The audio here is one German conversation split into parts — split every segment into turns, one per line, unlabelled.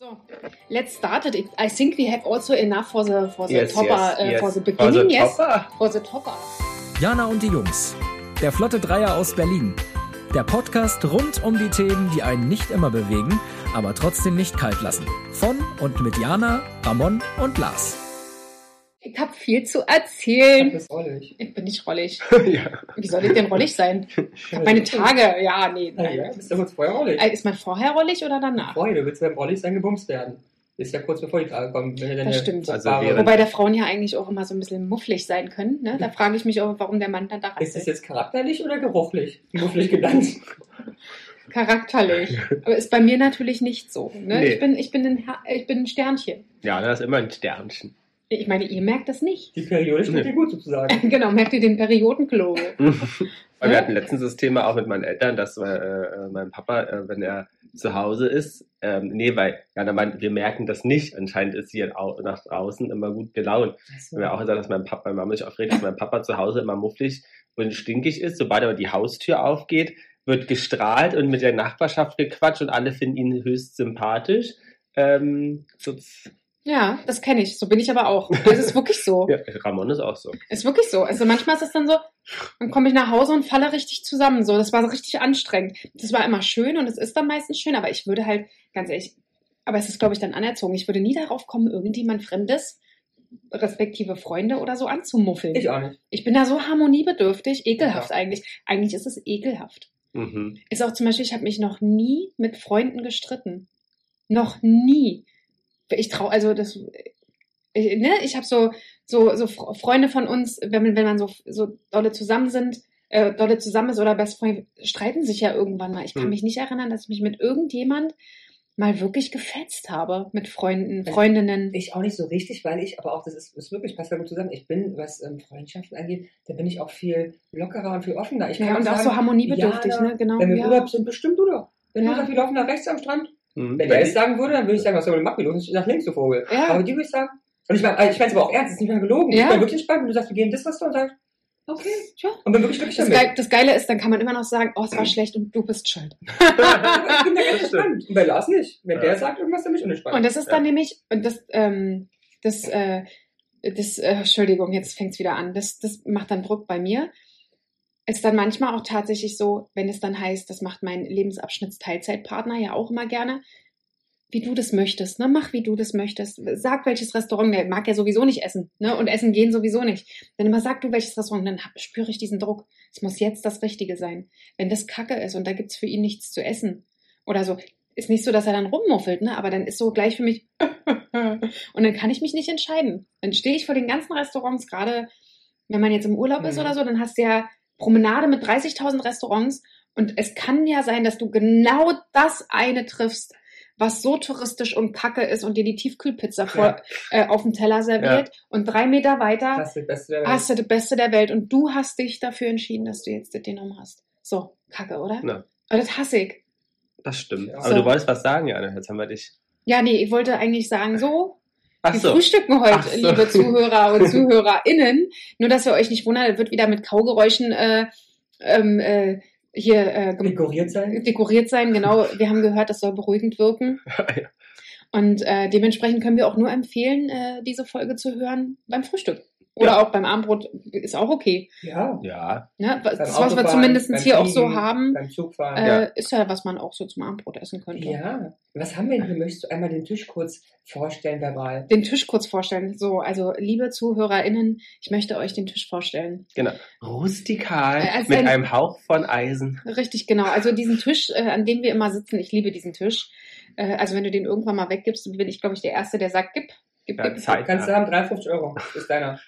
So, let's start it. I think we have also enough for the, for the
Yes,
topper,
yes,
äh,
yes.
for the
For the
beginning, yes.
topper.
For the topper.
Jana und die Jungs. Der Flotte Dreier aus Berlin. Der Podcast rund um die Themen, die einen nicht immer bewegen, aber trotzdem nicht kalt lassen. Von und mit Jana, Ramon und Lars.
Ich habe viel zu erzählen.
Das soll ich.
Ich bin nicht rollig.
ja.
Wie soll ich denn rollig sein? Meine Tage, ja, nee.
Ja,
Nein.
Ah, ja, bist du kurz vorher Olli.
Äh, Ist man vorher rollig oder danach?
Vorher, du willst beim Olli sein gebumst werden. Ist ja kurz bevor die Tage kommen. Wenn du deine
Das stimmt.
Also
Ware-
während-
Wobei der Frauen ja eigentlich auch immer so ein bisschen mufflig sein können. Ne? Da frage ich mich auch, warum der Mann dann da
Ist das
rasselt.
jetzt charakterlich oder geruchlich? Beruflich genannt.
Charakterlich. Aber ist bei mir natürlich nicht so. Ne?
Nee.
Ich, bin, ich, bin ein, Ha- ich bin ein Sternchen.
ja, das ist immer ein Sternchen.
Ich meine, ihr merkt das nicht.
Die Periode steht
Nee.
dir gut sozusagen.
Genau, merkt ihr den Periodenkloge?
Weil wir hatten letztens das Thema auch mit meinen Eltern, dass äh, äh, mein Papa, äh, wenn er zu Hause ist, ähm, nee, weil Jana meint, wir merken das nicht. Anscheinend ist sie ja au- nach draußen immer gut gelaunt. Wir haben ja auch gesagt, dass mein Papa, meine Mama sich aufregt, dass mein Papa zu Hause immer mufflig und stinkig ist. Sobald aber die Haustür aufgeht, wird gestrahlt und mit der Nachbarschaft gequatscht und alle finden ihn höchst sympathisch. Ähm, so,
Ja, das kenne ich. So bin ich aber auch. Das ist wirklich so.
ja, Ramon ist auch so.
Ist wirklich so. Also manchmal ist es dann so, dann komme ich nach Hause und falle richtig zusammen. So, das war so richtig anstrengend. Das war immer schön und es ist dann meistens schön, aber ich würde halt, ganz ehrlich, aber es ist, glaube ich, dann anerzogen. Ich würde nie darauf kommen, irgendjemand Fremdes, respektive Freunde oder so anzumuffeln.
Ich auch nicht.
Ich bin da so harmoniebedürftig, ekelhaft eigentlich. Eigentlich ist es ekelhaft.
Mhm.
Ist auch zum Beispiel, ich habe mich noch nie mit Freunden gestritten. Noch nie. Ich trau, also das, ich, ne, ich habe so, so, so Fre- Freunde von uns, wenn man, wenn man so, so dolle zusammen sind, äh, dolle zusammen ist oder best Freunde, streiten sich ja irgendwann mal. Ich kann
Hm.
mich nicht erinnern, dass ich mich mit irgendjemand mal wirklich gefetzt habe. Mit Freunden, Freundinnen.
Ich auch nicht so richtig, weil ich, aber auch, das ist, ist wirklich, passt ja gut zusammen. Ich bin, was ähm, Freundschaften angeht, da bin ich auch viel lockerer und viel offener. Ich
Ja, und auch
sagen,
so harmoniebedürftig,
Jana,
ne? Genau.
Wenn wir im
Ja.
Urlaub sind, bestimmt du doch. Wenn
Ja.
du sagst, wir laufen nach rechts am Strand,
Mhm.
Wenn der es sagen würde, dann würde ich sagen, was soll man machen? Wir laufen nach links, du Vogel.
Ja.
Aber die würde ich sagen. Und ich meine, also ich meine es aber auch ernst, es ist nicht mehr gelogen.
Ja.
Ich bin wirklich entspannt. Und du sagst, wir gehen das, was du und sagst, okay.
Tja.
Und bin wirklich glücklich
Das,
damit.
Geil, das Geile ist, dann kann man immer noch sagen, oh, es
Hm.
war schlecht und du bist schuld.
ich bin da ganz
Das stimmt.
entspannt. Und bei Lars nicht. Wenn
Ja.
der sagt irgendwas, dann bin ich unentspannt.
Und das ist dann nämlich, und das, ähm, das, äh, das, äh, Entschuldigung, jetzt fängt's wieder an. Das, das macht dann Druck bei mir. Ist dann manchmal auch tatsächlich so, wenn es dann heißt, das macht mein Lebensabschnittsteilzeitpartner ja auch immer gerne, wie du das möchtest, ne? Mach, wie du das möchtest. Sag, welches Restaurant, der mag ja sowieso nicht essen, ne? Und essen gehen sowieso nicht. Dann immer sag du, welches Restaurant, dann hab, spüre ich diesen Druck. Es muss jetzt das Richtige sein. Wenn das Kacke ist und da gibt's für ihn nichts zu essen oder so, ist nicht so, dass er dann rummuffelt, ne? Aber dann ist so gleich für mich und dann kann ich mich nicht entscheiden. Dann stehe ich vor den ganzen Restaurants, gerade wenn man jetzt im Urlaub ist
Mhm.
oder so, dann hast du ja Promenade mit 30.000 Restaurants und es kann ja sein, dass du genau das eine triffst, was so touristisch und kacke ist und dir die Tiefkühlpizza vor, äh, auf dem Teller serviert und drei Meter weiter
das ist das Beste der
Äh,
Welt.
hast du das Beste der Welt und du hast dich dafür entschieden, dass du jetzt das genommen hast. So, kacke, oder?
Ja.
Aber das hasse ich.
Das stimmt.
Ja.
Aber
So.
du wolltest was sagen, Jana. Jetzt haben wir dich.
Ja, nee, ich wollte eigentlich sagen, so,
Ach
wir
so.
frühstücken heute,
Ach so.
liebe Zuhörer und ZuhörerInnen. Nur, dass ihr euch nicht wundert, es wird wieder mit Kaugeräuschen äh, ähm, äh, hier äh, gem-
Dekoriert sein.
dekoriert sein. Genau, wir haben gehört, das soll beruhigend wirken.
Ja.
Und äh, dementsprechend können wir auch nur empfehlen, äh, diese Folge zu hören beim Frühstück. Oder auch beim Abendbrot ist auch okay.
Ja.
Ja.
Ne? Was- Das, was wir
Autofahren,
zumindest
beim
hier auch so
Fliegen,
haben,
Beim Zugfahren.
äh,
Ja.
ist ja, was man auch so zum Abendbrot essen könnte.
Ja. Was haben wir denn hier? Möchtest du einmal den Tisch kurz vorstellen verbal?
den Tisch kurz vorstellen. So, also liebe ZuhörerInnen, ich möchte euch den Tisch vorstellen.
Rustikal
Äh, als
mit
ein-
einem Hauch von Eisen.
Richtig, genau. Also diesen Tisch, äh, an dem wir immer sitzen, ich liebe diesen Tisch. Äh, also wenn du den irgendwann mal weggibst, bin ich, glaube ich, der Erste, der sagt, gib, gib,
Ja,
gib.
Zeit.
Kannst du haben, 53 Euro ist deiner.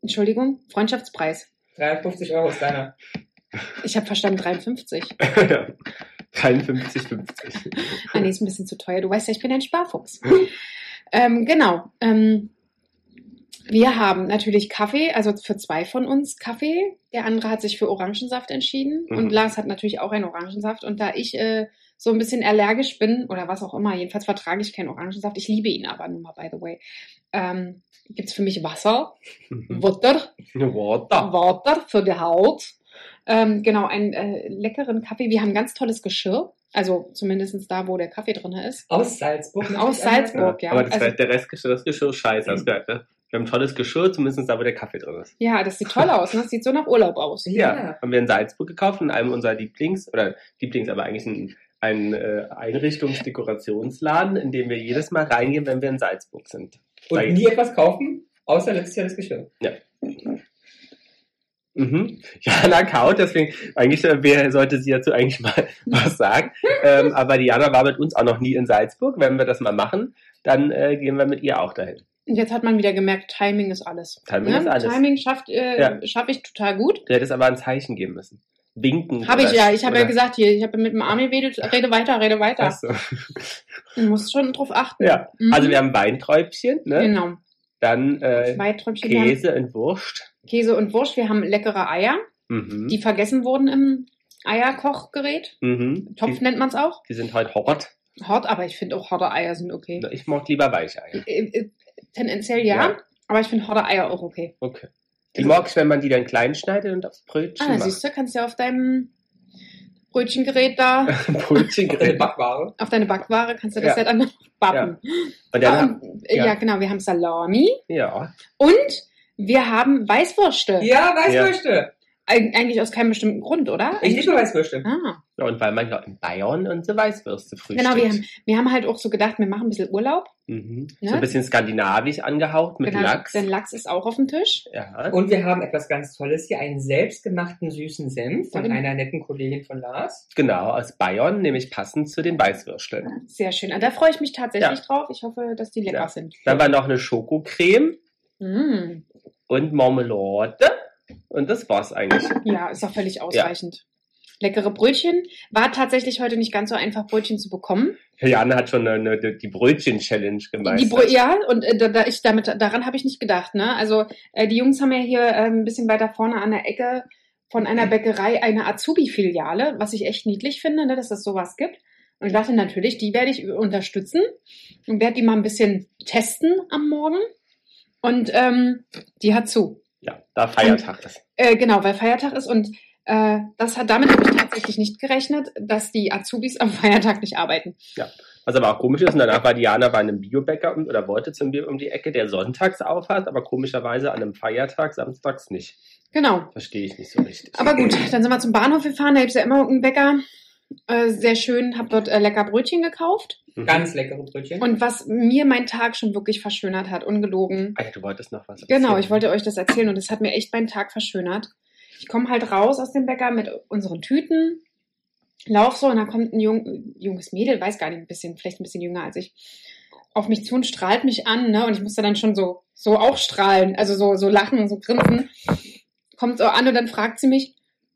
Entschuldigung, Freundschaftspreis.
53 Euro ist deiner.
Ich habe verstanden, 53.
53, 50.
Ah, nee, ist ein bisschen zu teuer. Du weißt ja, ich bin ein Sparfuchs. ähm, genau. Ähm, wir haben natürlich Kaffee, also für zwei von uns Kaffee. Der andere hat sich für Orangensaft entschieden.
Mhm.
Und Lars hat natürlich auch einen Orangensaft. Und da ich äh, so ein bisschen allergisch bin oder was auch immer, jedenfalls vertrage ich keinen Orangensaft. Ich liebe ihn aber nun mal, by the way. Ähm, gibt's für mich Wasser,
Mhm.
Butter,
Water.
Water für die Haut. Ähm, genau, einen äh, leckeren Kaffee. Wir haben ganz tolles Geschirr. Also zumindest da, wo der Kaffee drin ist.
Aus Salzburg.
Aus Salzburg, ja.
Aber das,
also,
der Rest, das Geschirr ist scheiße, hast du gehört, ne? Wir haben tolles Geschirr, zumindest da, wo der Kaffee drin ist.
ja, das sieht toll aus. Ne? Das sieht so nach Urlaub aus.
Ja,
Ja.
haben wir in Salzburg gekauft, in einem unserer Lieblings, oder Lieblings, aber eigentlich ein, ein äh, Einrichtungsdekorationsladen, in dem wir jedes Mal reingehen, wenn wir in Salzburg sind. Da-
Und nie etwas kaufen, außer letztes Jahr das Geschirr.
Mhm. Jana kaut, deswegen, eigentlich äh, wer sollte sie dazu eigentlich mal was sagen. ähm, aber Diana war mit uns auch noch nie in Salzburg. Wenn wir das mal machen, dann äh, gehen wir mit ihr auch dahin.
Und jetzt hat man wieder gemerkt, Timing ist alles. Ne?
Timing ist alles.
Timing schafft, äh,
Ja.
schaffe ich total gut.
Du hättest aber ein Zeichen geben müssen. Winken.
Habe
oder-
ich ja. Ich habe ja
oder-
gesagt, hier, ich habe mit dem Arm gewedelt, rede weiter, rede
Ach
weiter.
so.
Du musst schon drauf achten.
Ja,
Mhm.
also wir haben Weinträubchen, ne?
Genau.
dann äh,
Zwei Tröpfchen. Wir haben
Käse und Wurst.
Käse und Wurst. Wir haben leckere Eier,
Mhm.
die vergessen wurden im Eierkochgerät.
mhm.
Topf
die,
nennt man es auch.
die sind heute hot.
Hart, aber ich finde auch harte Eier sind okay.
Ich mochte lieber weiche Eier.
Äh, äh, Tendenziell ja,
Ne. Ja.
aber ich finde harte Eier auch okay.
Okay. Die mag ich, wenn man die dann klein schneidet und aufs
Also
Brötchen
Ah,
macht.
siehst du, kannst ja auf deinem Brötchengerät da,
Brötchen
Eine
grillen.
Also Backware.
auf deine Backware, kannst du das
Ja.
ja, dann noch bappen.
Und
Ja.
dann,
ja.
ja.
genau, wir haben Salami
ja,
und wir haben Weißwürste.
Ja, Weißwürste.
Eig eigentlich aus keinem bestimmten Grund, oder?
Ich liebe Weißwürste.
Ah.
Ja, und weil man ja in Bayern unsere Weißwürste frühstückt.
Genau, wir haben, wir haben halt auch so gedacht, wir machen ein bisschen Urlaub.
Mhm.
Ne?
So ein bisschen skandinavisch angehaucht mit
genau,
Lachs.
Denn Lachs ist auch auf dem Tisch.
Ja.
Und wir haben etwas ganz Tolles hier, einen selbstgemachten süßen Senf von
Mhm.
einer netten Kollegin von Lars.
Genau, aus Bayern, nämlich passend zu den Weißwürsteln.
Sehr schön. Ah, Da freue ich mich tatsächlich
Ja.
drauf. Ich hoffe, dass die lecker
Ja.
sind.
Dann war noch eine Schokocreme
Mm.
und Marmelade. Und das war's eigentlich.
Ja, ist auch völlig ausreichend. Leckere Brötchen. War tatsächlich heute nicht ganz so einfach, Brötchen zu bekommen.
Jana hat schon eine, eine, die Brötchen-Challenge gemeistert.
Die Brö ja, und äh, da, da ich damit, daran habe ich nicht gedacht. Ne? Also äh, die Jungs haben ja hier äh, ein bisschen weiter vorne an der Ecke von einer Bäckerei eine Azubi-Filiale, was ich echt niedlich finde, ne, dass es sowas gibt. Und ich dachte natürlich, die werde ich unterstützen und werde die mal ein bisschen testen am Morgen. Und ähm, die hat zu.
Ja, da Feiertag ist.
Äh, genau, weil Feiertag ist und äh, das hat damit habe ich tatsächlich nicht gerechnet, dass die Azubis am Feiertag nicht arbeiten.
Was aber auch komisch ist, und danach war Diana bei einem Biobäcker um, oder wollte zum Bio um die Ecke, der sonntags aufhat, aber komischerweise an einem Feiertag samstags nicht.
Genau.
Verstehe ich nicht so richtig.
Aber gut, dann sind wir zum Bahnhof gefahren. Da gibt es ja immer irgendeinen Bäcker. Äh, sehr schön, habe dort äh, lecker Brötchen gekauft.
Mhm.
Ganz leckere Brötchen.
Und was mir meinen Tag schon wirklich verschönert hat, ungelogen.
Ah ja, du wolltest noch was
Genau,
erzählen.
ich wollte euch das erzählen und es hat mir echt meinen Tag verschönert. Ich komme halt raus aus dem Bäcker mit unseren Tüten, lauf so und da kommt ein jung, junges Mädel, weiß gar nicht, ein bisschen, vielleicht ein bisschen jünger als ich, auf mich zu und strahlt mich an, ne? Und ich musste dann schon so, so auch strahlen, also so, so lachen und so grinsen. Kommt so an und dann fragt sie mich,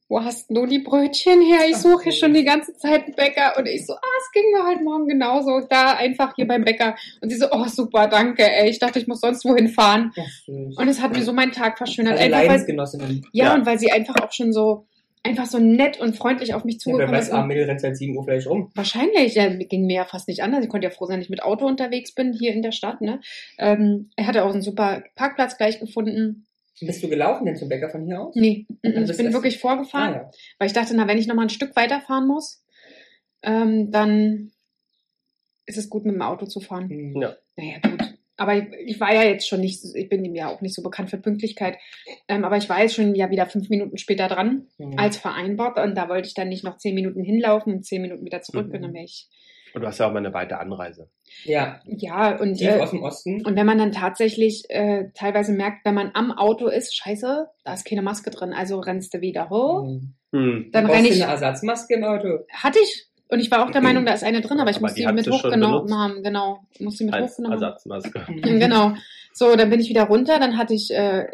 wo hast denn du die Brötchen her? Ich suche hier schon die ganze Zeit einen Bäcker. Und ich so, ah, es ging mir heute Morgen genauso. Da einfach hier beim Bäcker. Und sie so, oh, super, danke, ey. Ich dachte, ich muss sonst wohin fahren.
Ach, süß.
Und es hat mir so meinen Tag verschönert.
also
einfach, weil,
Leidensgenossinnen.
ja,
Ja.
und weil sie einfach auch schon so, einfach so nett und freundlich auf mich
Ja, wer
zugekommen
weiß,
ist.
am
Und
Mädel rennt seit 7 Uhr vielleicht rum.
wahrscheinlich, ja, ging mir ja fast nicht anders. Ich konnte ja froh sein, dass ich mit Auto unterwegs bin, hier in der Stadt. Ne? Ähm, er hatte auch einen super Parkplatz gleich gefunden.
Bist du gelaufen denn zum Bäcker von hier aus?
Nee,
Also
mhm, ich
bist
bin
du-
wirklich vorgefahren,
ja.
weil ich dachte, na, wenn ich nochmal ein Stück weiterfahren muss, ähm, dann ist es gut, mit dem Auto zu fahren.
Hm.
Ja.
Naja, gut. Aber ich- ich war ja jetzt schon nicht, ich bin ihm ja auch nicht so bekannt für Pünktlichkeit. Ähm, aber ich war jetzt schon ja wieder fünf Minuten später dran
Mhm.
Hm.
als vereinbart. Und da wollte ich dann nicht noch zehn Minuten hinlaufen und zehn Minuten wieder zurück.
Mhm.
Und dann wäre ich,
Und du hast ja auch mal eine weite Anreise.
ja.
ja, und,
Tief
äh,
aus dem Osten.
und wenn man dann tatsächlich äh, teilweise merkt, wenn man am Auto ist, scheiße, da ist keine Maske drin, also rennst du wieder hoch.
Hm.
Hm.
Dann
Brauchst
renn
du
ich,
eine Ersatzmaske im Auto.
hatte ich. Und ich war auch der Meinung, da ist eine drin, aber ich
Aber
muss
die
die
hat
mit
sie schon
hochgenommen
benutzt.
haben. Genau, ich muss die mit
Als also
hochgenommen haben.
Ersatzmaske.
Ja, Genau. So, dann bin ich wieder runter, dann hatte ich, äh,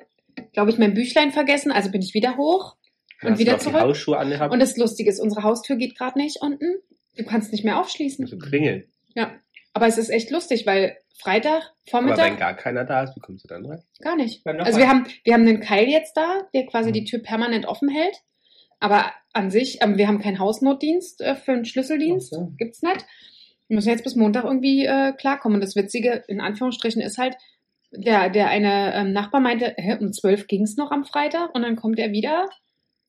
glaube ich, mein Büchlein vergessen, also bin ich wieder hoch.
Dann hast
wieder
du noch
zurück.
Die Hausschuhe angehabt
Und das Lustige ist, unsere Haustür geht gerade nicht unten. Du kannst nicht mehr aufschließen.
musst du klingeln.
Aber es ist echt lustig, weil Freitag,
Aber wenn
Vormittag,
gar keiner da ist, wie kommst du dann rein?
gar nicht.
Beim
Also wir haben, wir haben einen Keil jetzt da, der quasi die Tür permanent offen hält. Aber an sich, ähm, wir haben keinen Hausnotdienst äh, für einen Schlüsseldienst.
Ach so.
Gibt's nicht. Wir müssen jetzt bis Montag irgendwie äh, klarkommen. Und das Witzige, in Anführungsstrichen, ist halt, der, der eine ähm, Nachbar meinte, Hä, um zwölf ging's noch am Freitag und dann kommt er wieder,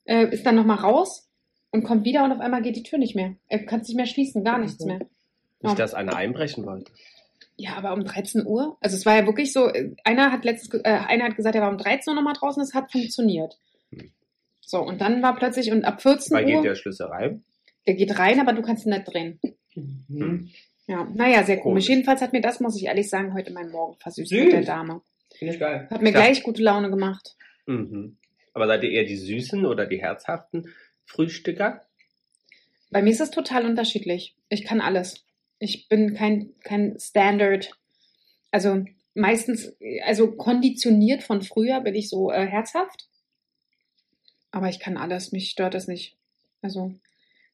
äh, ist dann nochmal raus und kommt wieder und auf einmal geht die Tür nicht mehr. Er kann es nicht mehr schließen, gar nichts mehr. Genau.
Nicht, dass einer einbrechen wollte.
Ja, aber um 13 Uhr? Also es war ja wirklich so, äh, einer hat letztes, ge- äh, einer hat gesagt, er war um 13 Uhr nochmal draußen, es hat funktioniert.
Hm.
So, und dann war plötzlich, und ab 14
Weil
Uhr,
geht
der,
der Schlüssel rein.
geht rein, aber du kannst ihn nicht drehen. Hm.
Hm.
Mhm.
Ja, naja, sehr komisch.
Komisch.
Jedenfalls hat mir das, muss ich ehrlich sagen, heute meinen Morgen versüßt
Süß.
mit der Dame.
Finde ich geil.
Hat mir
Ja.
gleich gute Laune gemacht.
Mhm. Aber seid ihr eher die süßen oder die herzhaften Frühstücker?
Bei mir ist es total unterschiedlich. Ich kann alles. Ich bin kein, kein Standard. Also meistens, also konditioniert von früher bin ich so äh, herzhaft. Aber ich kann alles. Mich stört das nicht. Also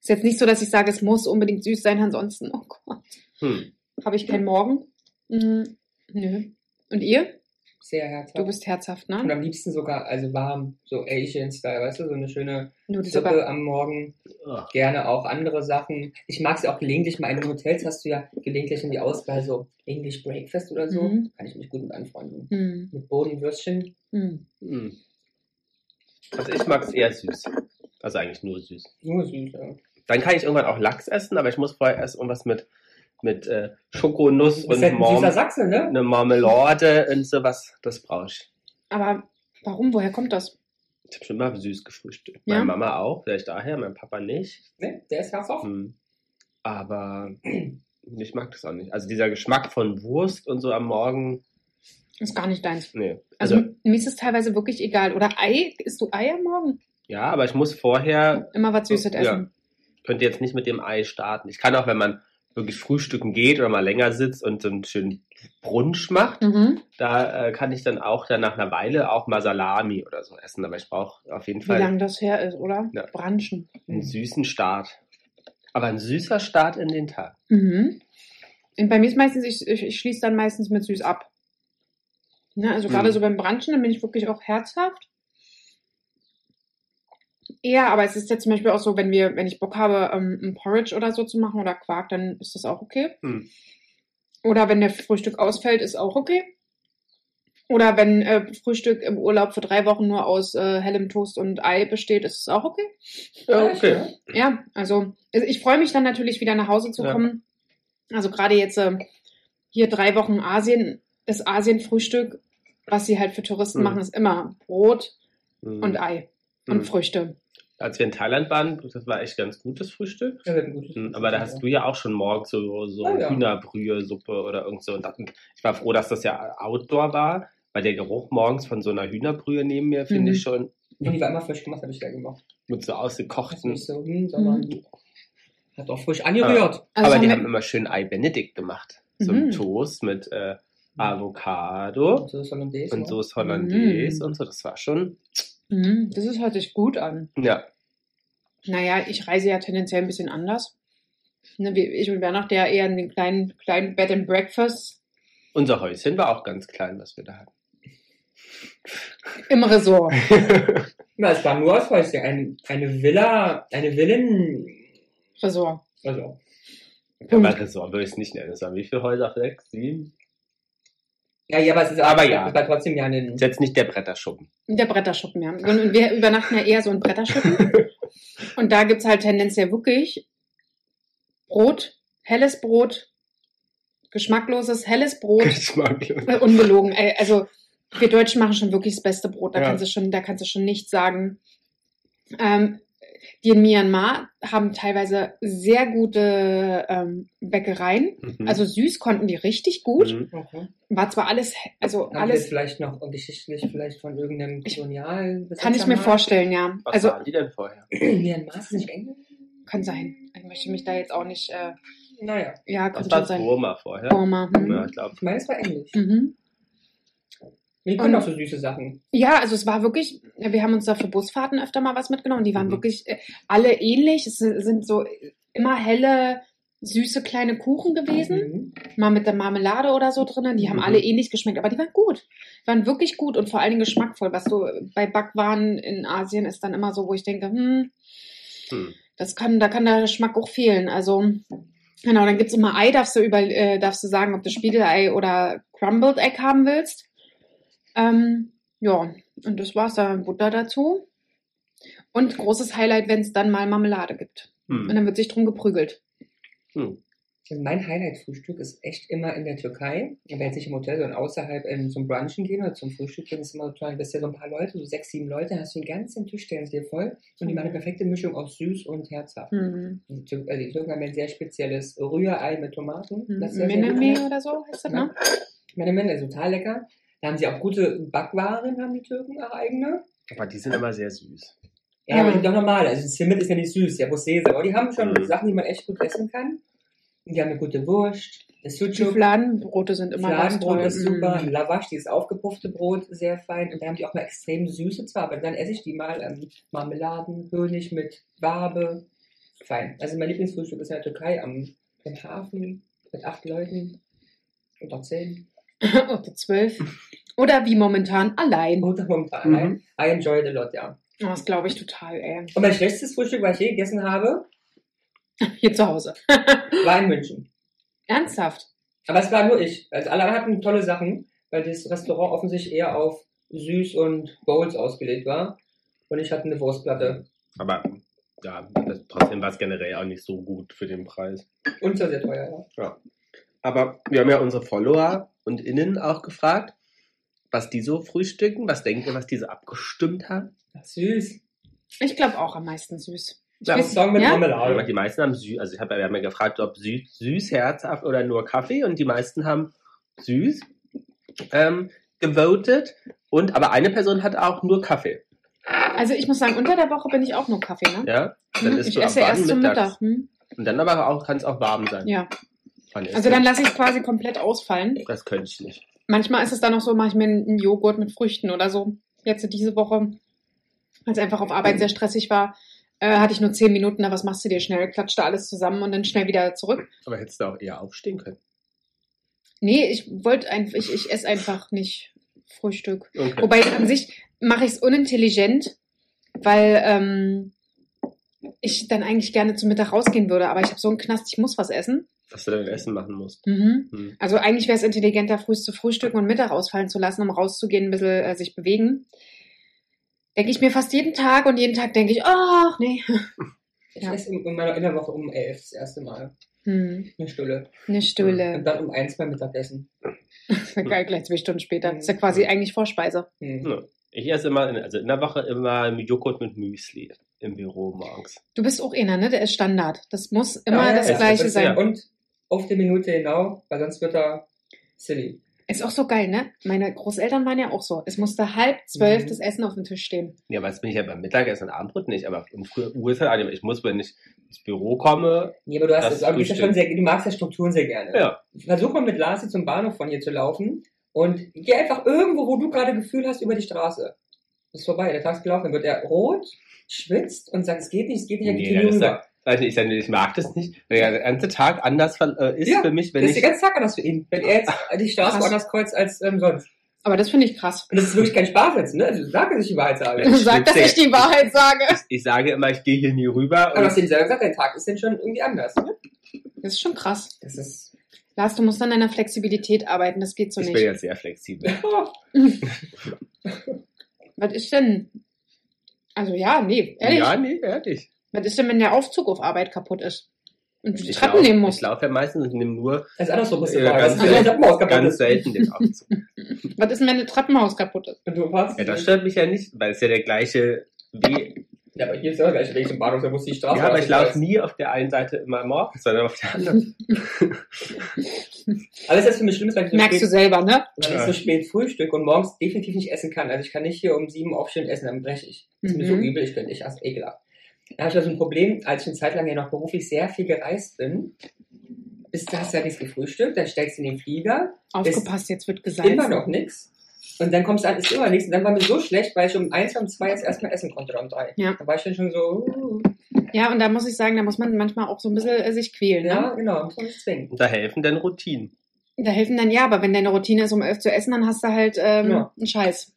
ist jetzt nicht so, dass ich sage, es muss unbedingt süß sein. Ansonsten, oh Gott,
Hm.
habe ich keinen Morgen. Mhm. Nö. Und ihr?
Sehr herzhaft.
Du bist herzhaft,
und
ne?
am liebsten sogar, also warm, so Asian-Style, weißt du, so eine schöne
Nur die
Suppe
sogar.
am Morgen.
Oh.
gerne auch andere Sachen. Ich mag sie auch gelegentlich mal in den Hotels, hast du ja gelegentlich in die Auswahl so English Breakfast oder so.
Mhm.
Kann ich mich gut mit anfreunden.
Hm.
Mit Bodenwürstchen.
Hm.
Hm. Also ich mag es eher süß. Also eigentlich nur süß.
Nur süß, ja.
Dann kann ich irgendwann auch Lachs essen, aber ich muss vorher erst irgendwas mit, mit äh, Schokonuss
Du bist
und
halt ein
Marm-
süßer Sachse, ne?
eine Marmelade und sowas. Das brauche ich.
Aber warum? Woher kommt das?
Ich habe schon immer süß gefrühstückt.
Ja?
Meine Mama auch, vielleicht daher, mein Papa nicht.
Ne? Der ist ganz offen.
Hm. Aber ich mag das auch nicht. Also dieser Geschmack von Wurst und so am Morgen,
Ist gar nicht deins.
nee.
Also,
Also,
mir ist es teilweise wirklich egal. Oder Ei, isst du Ei am Morgen?
ja, aber ich muss vorher,
Immer was Süßes
Oh, Ja.
essen.
könnte jetzt nicht mit dem Ei starten. Ich kann auch, wenn man wirklich frühstücken geht oder mal länger sitzt und so einen schönen Brunch macht,
Mhm.
da äh, kann ich dann auch dann nach einer Weile auch mal Salami oder so essen. Aber ich brauche auf jeden
Wie
Fall
lange das her ist, oder?
Ja.
Branchen.
Mhm.
einen süßen Start. Aber ein süßer Start in den Tag.
Mhm. Und bei mir ist meistens, ich, ich, ich schließe dann meistens mit süß ab. Ne, also
Mhm.
gerade so beim Branchen, dann bin ich wirklich auch herzhaft. Ja, aber es ist ja zum Beispiel auch so, wenn wir, wenn ich Bock habe, ähm, ein Porridge oder so zu machen oder Quark, dann ist das auch okay.
Mhm.
Oder wenn der Frühstück ausfällt, ist auch okay. Oder wenn äh, Frühstück im Urlaub für drei Wochen nur aus äh, hellem Toast und Ei besteht, ist es auch okay.
Ja, okay.
ne?
Ja, also also ich freue mich dann natürlich wieder nach Hause zu
Ja.
kommen. Also gerade jetzt ähm, hier drei Wochen Asien, das Asien-Frühstück, was sie halt für Touristen
Mhm.
machen, ist immer Brot
Mhm.
und Ei und
Mhm.
Früchte.
Als wir in Thailand waren, das war echt ganz gutes Frühstück.
Ja, wird ein gutes
Mhm, Aber da hast du ja auch schon morgens so, so
Ah, ja.
Hühnerbrühe, Suppe oder irgend so. Und das- und ich war froh, dass das ja Outdoor war, weil der Geruch morgens von so einer Hühnerbrühe neben mir, finde
Mhm.
ich schon,
Und die war immer frisch gemacht, habe ich da gemacht.
mit so
Das ist
ausgekochten.
nicht so, hm, sondern
Mhm.
hat auch frisch angerührt.
Also
aber die
haben
haben
wir-
immer schön Ei Benedict gemacht. So ein
Mhm.
Toast mit äh, Avocado
Und Mhm. so ist Hollandaise.
Ah. und
ne?
Soße Hollandaise und so. Das war schon,
Mhm, das ist, hört sich gut an.
ja.
Naja, ich reise ja tendenziell ein bisschen anders. Ne, wie ich und Bernhard, der eher in den kleinen, kleinen Bed and Breakfast
Unser Häuschen war auch ganz klein, was wir da hatten.
im Resort.
Na, es war nur aus Häuschen. Ein, eine Villa, eine Villen.
Resort.
Also,
Aber
Punkt.
Ressort würde ich es nicht nennen. Es waren wie viele Häuser? Sechs, sieben?
ja, ja, aber es ist
Aber
auch-
ja.
es war trotzdem ja ein.
Ist jetzt nicht der Bretterschuppen.
Der Bretterschuppen, ja. Und und wir übernachten ja eher so in Bretterschuppen. Und da gibt's halt tendenziell wirklich Brot, helles Brot, geschmackloses, helles Brot,
Geschmacklos.
äh, ungelogen. Ey, also wir Deutschen machen schon wirklich das beste Brot, da
Ja.
kannst du schon, da kannst du schon nichts sagen. Ähm, die in Myanmar haben teilweise sehr gute ähm, Bäckereien.
Mhm.
Also süß konnten die richtig gut.
Mhm.
Okay.
War zwar alles, he- also
Haben wir
alles
vielleicht noch geschichtlich vielleicht von irgendeinem
Ich-
Kolonial.
kann ich mir vorstellen, ja.
Was
Also
waren die denn vorher?
Myanmar ist nicht England?
Kann sein. Ich möchte mich da jetzt auch nicht. Äh,
Naja,
ja, kann
Das
schon
war
sein.
Burma vorher.
Burma. Hm.
Ja,
Ja.
ich glaube.
ich meine, es war Englisch.
Mhm.
Wir können
Und-
auch so süße Sachen.
ja, also es war wirklich, wir haben uns da für Busfahrten öfter mal was mitgenommen. Die waren
Mhm.
wirklich äh, alle ähnlich. Es sind- sind so äh, immer helle, süße kleine Kuchen gewesen.
Mhm.
Mal mit der Marmelade oder so drin. Die haben
Mhm.
alle ähnlich geschmeckt, aber die waren gut. Die waren wirklich gut und vor allen Dingen geschmackvoll. Was so bei Backwaren in Asien ist dann immer so, wo ich denke, hm,
Hm.
Das kann, da kann der Geschmack auch fehlen. Also, genau, dann gibt's immer Ei, darfst du über, äh, darfst du sagen, ob du Spiegelei oder Crumbled Egg haben willst. Ähm, ja, und das war's dann. Butter dazu. Und großes Highlight, wenn es dann mal Marmelade gibt. Und
Hm.
dann wird sich drum geprügelt.
Hm.
Also Mein Highlight-Frühstück ist echt immer in der Türkei. Aber jetzt nicht im Hotel, sondern außerhalb ähm, zum Brunchen gehen oder zum Frühstück gehen. Das ist immer total, du bist ja so ein paar Leute, so sechs, sieben Leute, dann hast du den ganzen Tisch, stellen sie dir voll. Und die machen eine perfekte Mischung aus süß und herzhaft.
Hm.
Die, Tür also die Türken haben ja ein sehr spezielles Rührei mit Tomaten.
Hm.
Das ist ja sehr gut.
Menemen oder so heißt das, ne?
Meine Männer ist total lecker. Da haben sie auch gute Backwaren, haben die Türken auch eigene.
Aber die sind immer sehr süß.
Ja,
Ja.
aber die sind doch normal. Also Zimt ist ja nicht süß, ja Rosese. Aber die haben schon
Mhm.
Sachen, die man echt gut essen kann. Und die haben eine gute Wurst. Das
Die
Sucuk,
Fladenbrote sind immer ganz
Fladenbrot
toll.
ist super.
Hm.
Mhm. Lavash, dieses aufgepuffte Brot, sehr fein. Und da haben die auch mal extrem süße zwar, aber dann esse ich die mal ähm, Marmeladen, Honig mit Wabe. Fein. Also mein Lieblingsfrühstück ist in der Türkei am im Hafen mit acht Leuten oder zehn.
Oder Hm. zwölf. Oder wie momentan allein. Oh,
Mutter und Vater.
Mhm.
I enjoyed a lot, ja.
das glaube ich total, ey.
Und mein schlechtes Frühstück, was ich je gegessen habe,
Hier zu Hause.
war in München.
Ernsthaft.
Aber es war nur ich. Also alle anderen hatten tolle Sachen, weil das Restaurant offensichtlich eher auf süß und Bowls ausgelegt war. Und ich hatte eine Wurstplatte.
Aber ja, das, trotzdem war es generell auch nicht so gut für den Preis.
Und zwar sehr teuer, ja.
Aber wir haben ja unsere Follower und Innen auch gefragt, was die so frühstücken. Was denkt ihr, was die so abgestimmt haben?
Ach, süß.
Ich glaube auch am meisten süß. Ich
Ja,
Ein
weiß-
Song mit
ja?
Aber
Marmelade.
die meisten haben süß, also ich hab, wir haben ja gefragt, ob süß, süß, herzhaft oder nur Kaffee und die meisten haben süß ähm, gewotet. Und aber eine Person hat auch nur Kaffee.
Also ich muss sagen, unter der Woche bin ich auch nur Kaffee, ne?
Ja?
Hm,
isst
ich
du ab
esse
wann
erst zum
mittags?
Mittag. Hm?
Und dann aber auch kann es auch warm sein.
Ja.
Fand ich.
Also dann lasse ich es quasi komplett ausfallen.
das könnte ich nicht.
Manchmal ist es dann auch so, mache ich mir einen Joghurt mit Früchten oder so. Jetzt diese Woche, als einfach auf Arbeit sehr stressig war, äh, hatte ich nur zehn Minuten, na was machst du dir schnell? Klatschte alles zusammen und dann schnell wieder zurück.
Aber hättest du auch eher aufstehen können.
Nee, ich wollte einfach, ich, ich esse einfach nicht Frühstück.
Okay.
Wobei an sich mache ich es unintelligent, weil ähm, ich dann eigentlich gerne zum Mittag rausgehen würde, aber ich habe so einen Knast, ich muss was essen.
Dass du dann Essen machen musst.
Mhm.
Hm.
Also eigentlich wäre es intelligenter, früh zu frühstücken und Mittag ausfallen zu lassen, um rauszugehen, ein bisschen äh, sich bewegen. Denke ich mir fast jeden Tag und jeden Tag denke ich, ach nee.
Ich
Ja.
esse in in meiner Innerwoche um elf das erste Mal.
Hm,
Eine Stulle.
eine
Und
Stühle.
dann um eins mal Mittagessen.
Geil, gleich zwei Stunden später. Ist ja quasi eigentlich Vorspeise.
Hm.
Ja. Ich esse immer, in, also in der Woche immer Joghurt mit Müsli im Büro morgens.
Du bist auch einer, ne? Der ist Standard. Das muss immer
Ja, ja,
das
ja.
Gleiche
Das ist
sein.
ja-
Und auf die Minute genau, weil sonst wird er silly.
Ist auch so geil, ne? Meine Großeltern waren ja auch so. Es musste halb zwölf
Mhm.
das Essen auf dem Tisch stehen.
Ja, aber das bin ich ja beim Mittagessen und Abendbrot nicht, aber um frühe Uhrzeit, also ich muss, wenn ich ins Büro komme,
Nee, aber du, hast,
Das
du, bist ja
Frühstück.
schon sehr, du magst ja Strukturen sehr gerne.
ja,
versuch mal mit Lasi zum Bahnhof von hier zu laufen und geh einfach irgendwo, wo du gerade Gefühl hast, über die Straße. Ist vorbei, der Tag ist gelaufen, dann wird er rot, schwitzt und sagt, es geht nicht, es geht nicht, dann geht
nee,
die
dann ist
rüber.
ja, weiß nicht, ich, sag, ich mag das nicht, weil der ganze Tag anders ver- äh, ist
Ja,
für mich,
Das
wenn
ist
ich,
der ganze Tag anders für ihn, wenn er jetzt die Straße
Krass.
anders kreuzt als ähm, sonst.
Aber das finde ich krass.
Und das ist wirklich kein Spaß jetzt, ne? Also sage sich die Wahrheit alle.
Ja.
Du sagst, dass ich die Wahrheit sage.
ich sage immer, ich gehe hier nie rüber
Aber du hast
und
ihm selber gesagt, dein Tag ist denn schon irgendwie anders, ne?
Das ist schon krass.
Das ist.
Lars, du musst an deiner Flexibilität arbeiten. Das geht so
ich bin
nicht.
jetzt sehr flexibel.
oh,
Was ist denn? Also ja, nee, ehrlich.
Ja, nee, ehrlich.
Was ist denn, wenn der Aufzug auf Arbeit kaputt ist? Und du die
Ich
Treppen
laufe-
nehmen
Ich
musst.
laufe ja meistens und nehme nur
Also andersrum musst du Also,
Ja,
fragen.
ganz
Das ist ja
selten.
der Treppenhaus kaputt
ganz
ist.
selten den Aufzug.
Was ist denn, wenn der Treppenhaus kaputt ist?
Und du warst.
Ja, das stört mich ja nicht, weil es ja der gleiche Weg.
Ja, aber hier ist ja gleich Weg zum Bahnhof, da muss die Straße.
Ja, aber ich laufe
kreuzen.
nie auf der einen Seite immer morgens, sondern auf der anderen.
Aber es ist für mich schlimm, wenn ich so
Merkst du
spät-
selber, ne?
Weil ich so spät frühstück und morgens definitiv nicht essen kann. Also ich kann nicht hier um sieben aufstehen und essen, dann breche ich. Das ist mir so
Mhm.
übel, ich könnte nicht, also ekelhaft. Da hatte ich also ein Problem, als ich eine Zeit lang ja noch beruflich sehr viel gereist bin. Bis da hast du ja nichts gefrühstückt, dann steigst du in den Flieger,
Aufgepasst, jetzt wird
immer
gesalzen.
noch nichts. Und dann kommst du an, ist immer nichts. Und dann war mir so schlecht, weil ich um eins, um zwei jetzt erstmal essen konnte oder um drei.
Ja.
Da war ich dann schon so, uh,
Ja, und da muss ich sagen, da muss man manchmal auch so ein bisschen äh, sich quälen, ne?
ja, genau, muss man nicht zwingen.
Und da helfen dann Routinen.
Da helfen dann ja, aber wenn deine Routine ist, um elf zu essen, dann hast du halt ähm,
Ja.
einen Scheiß.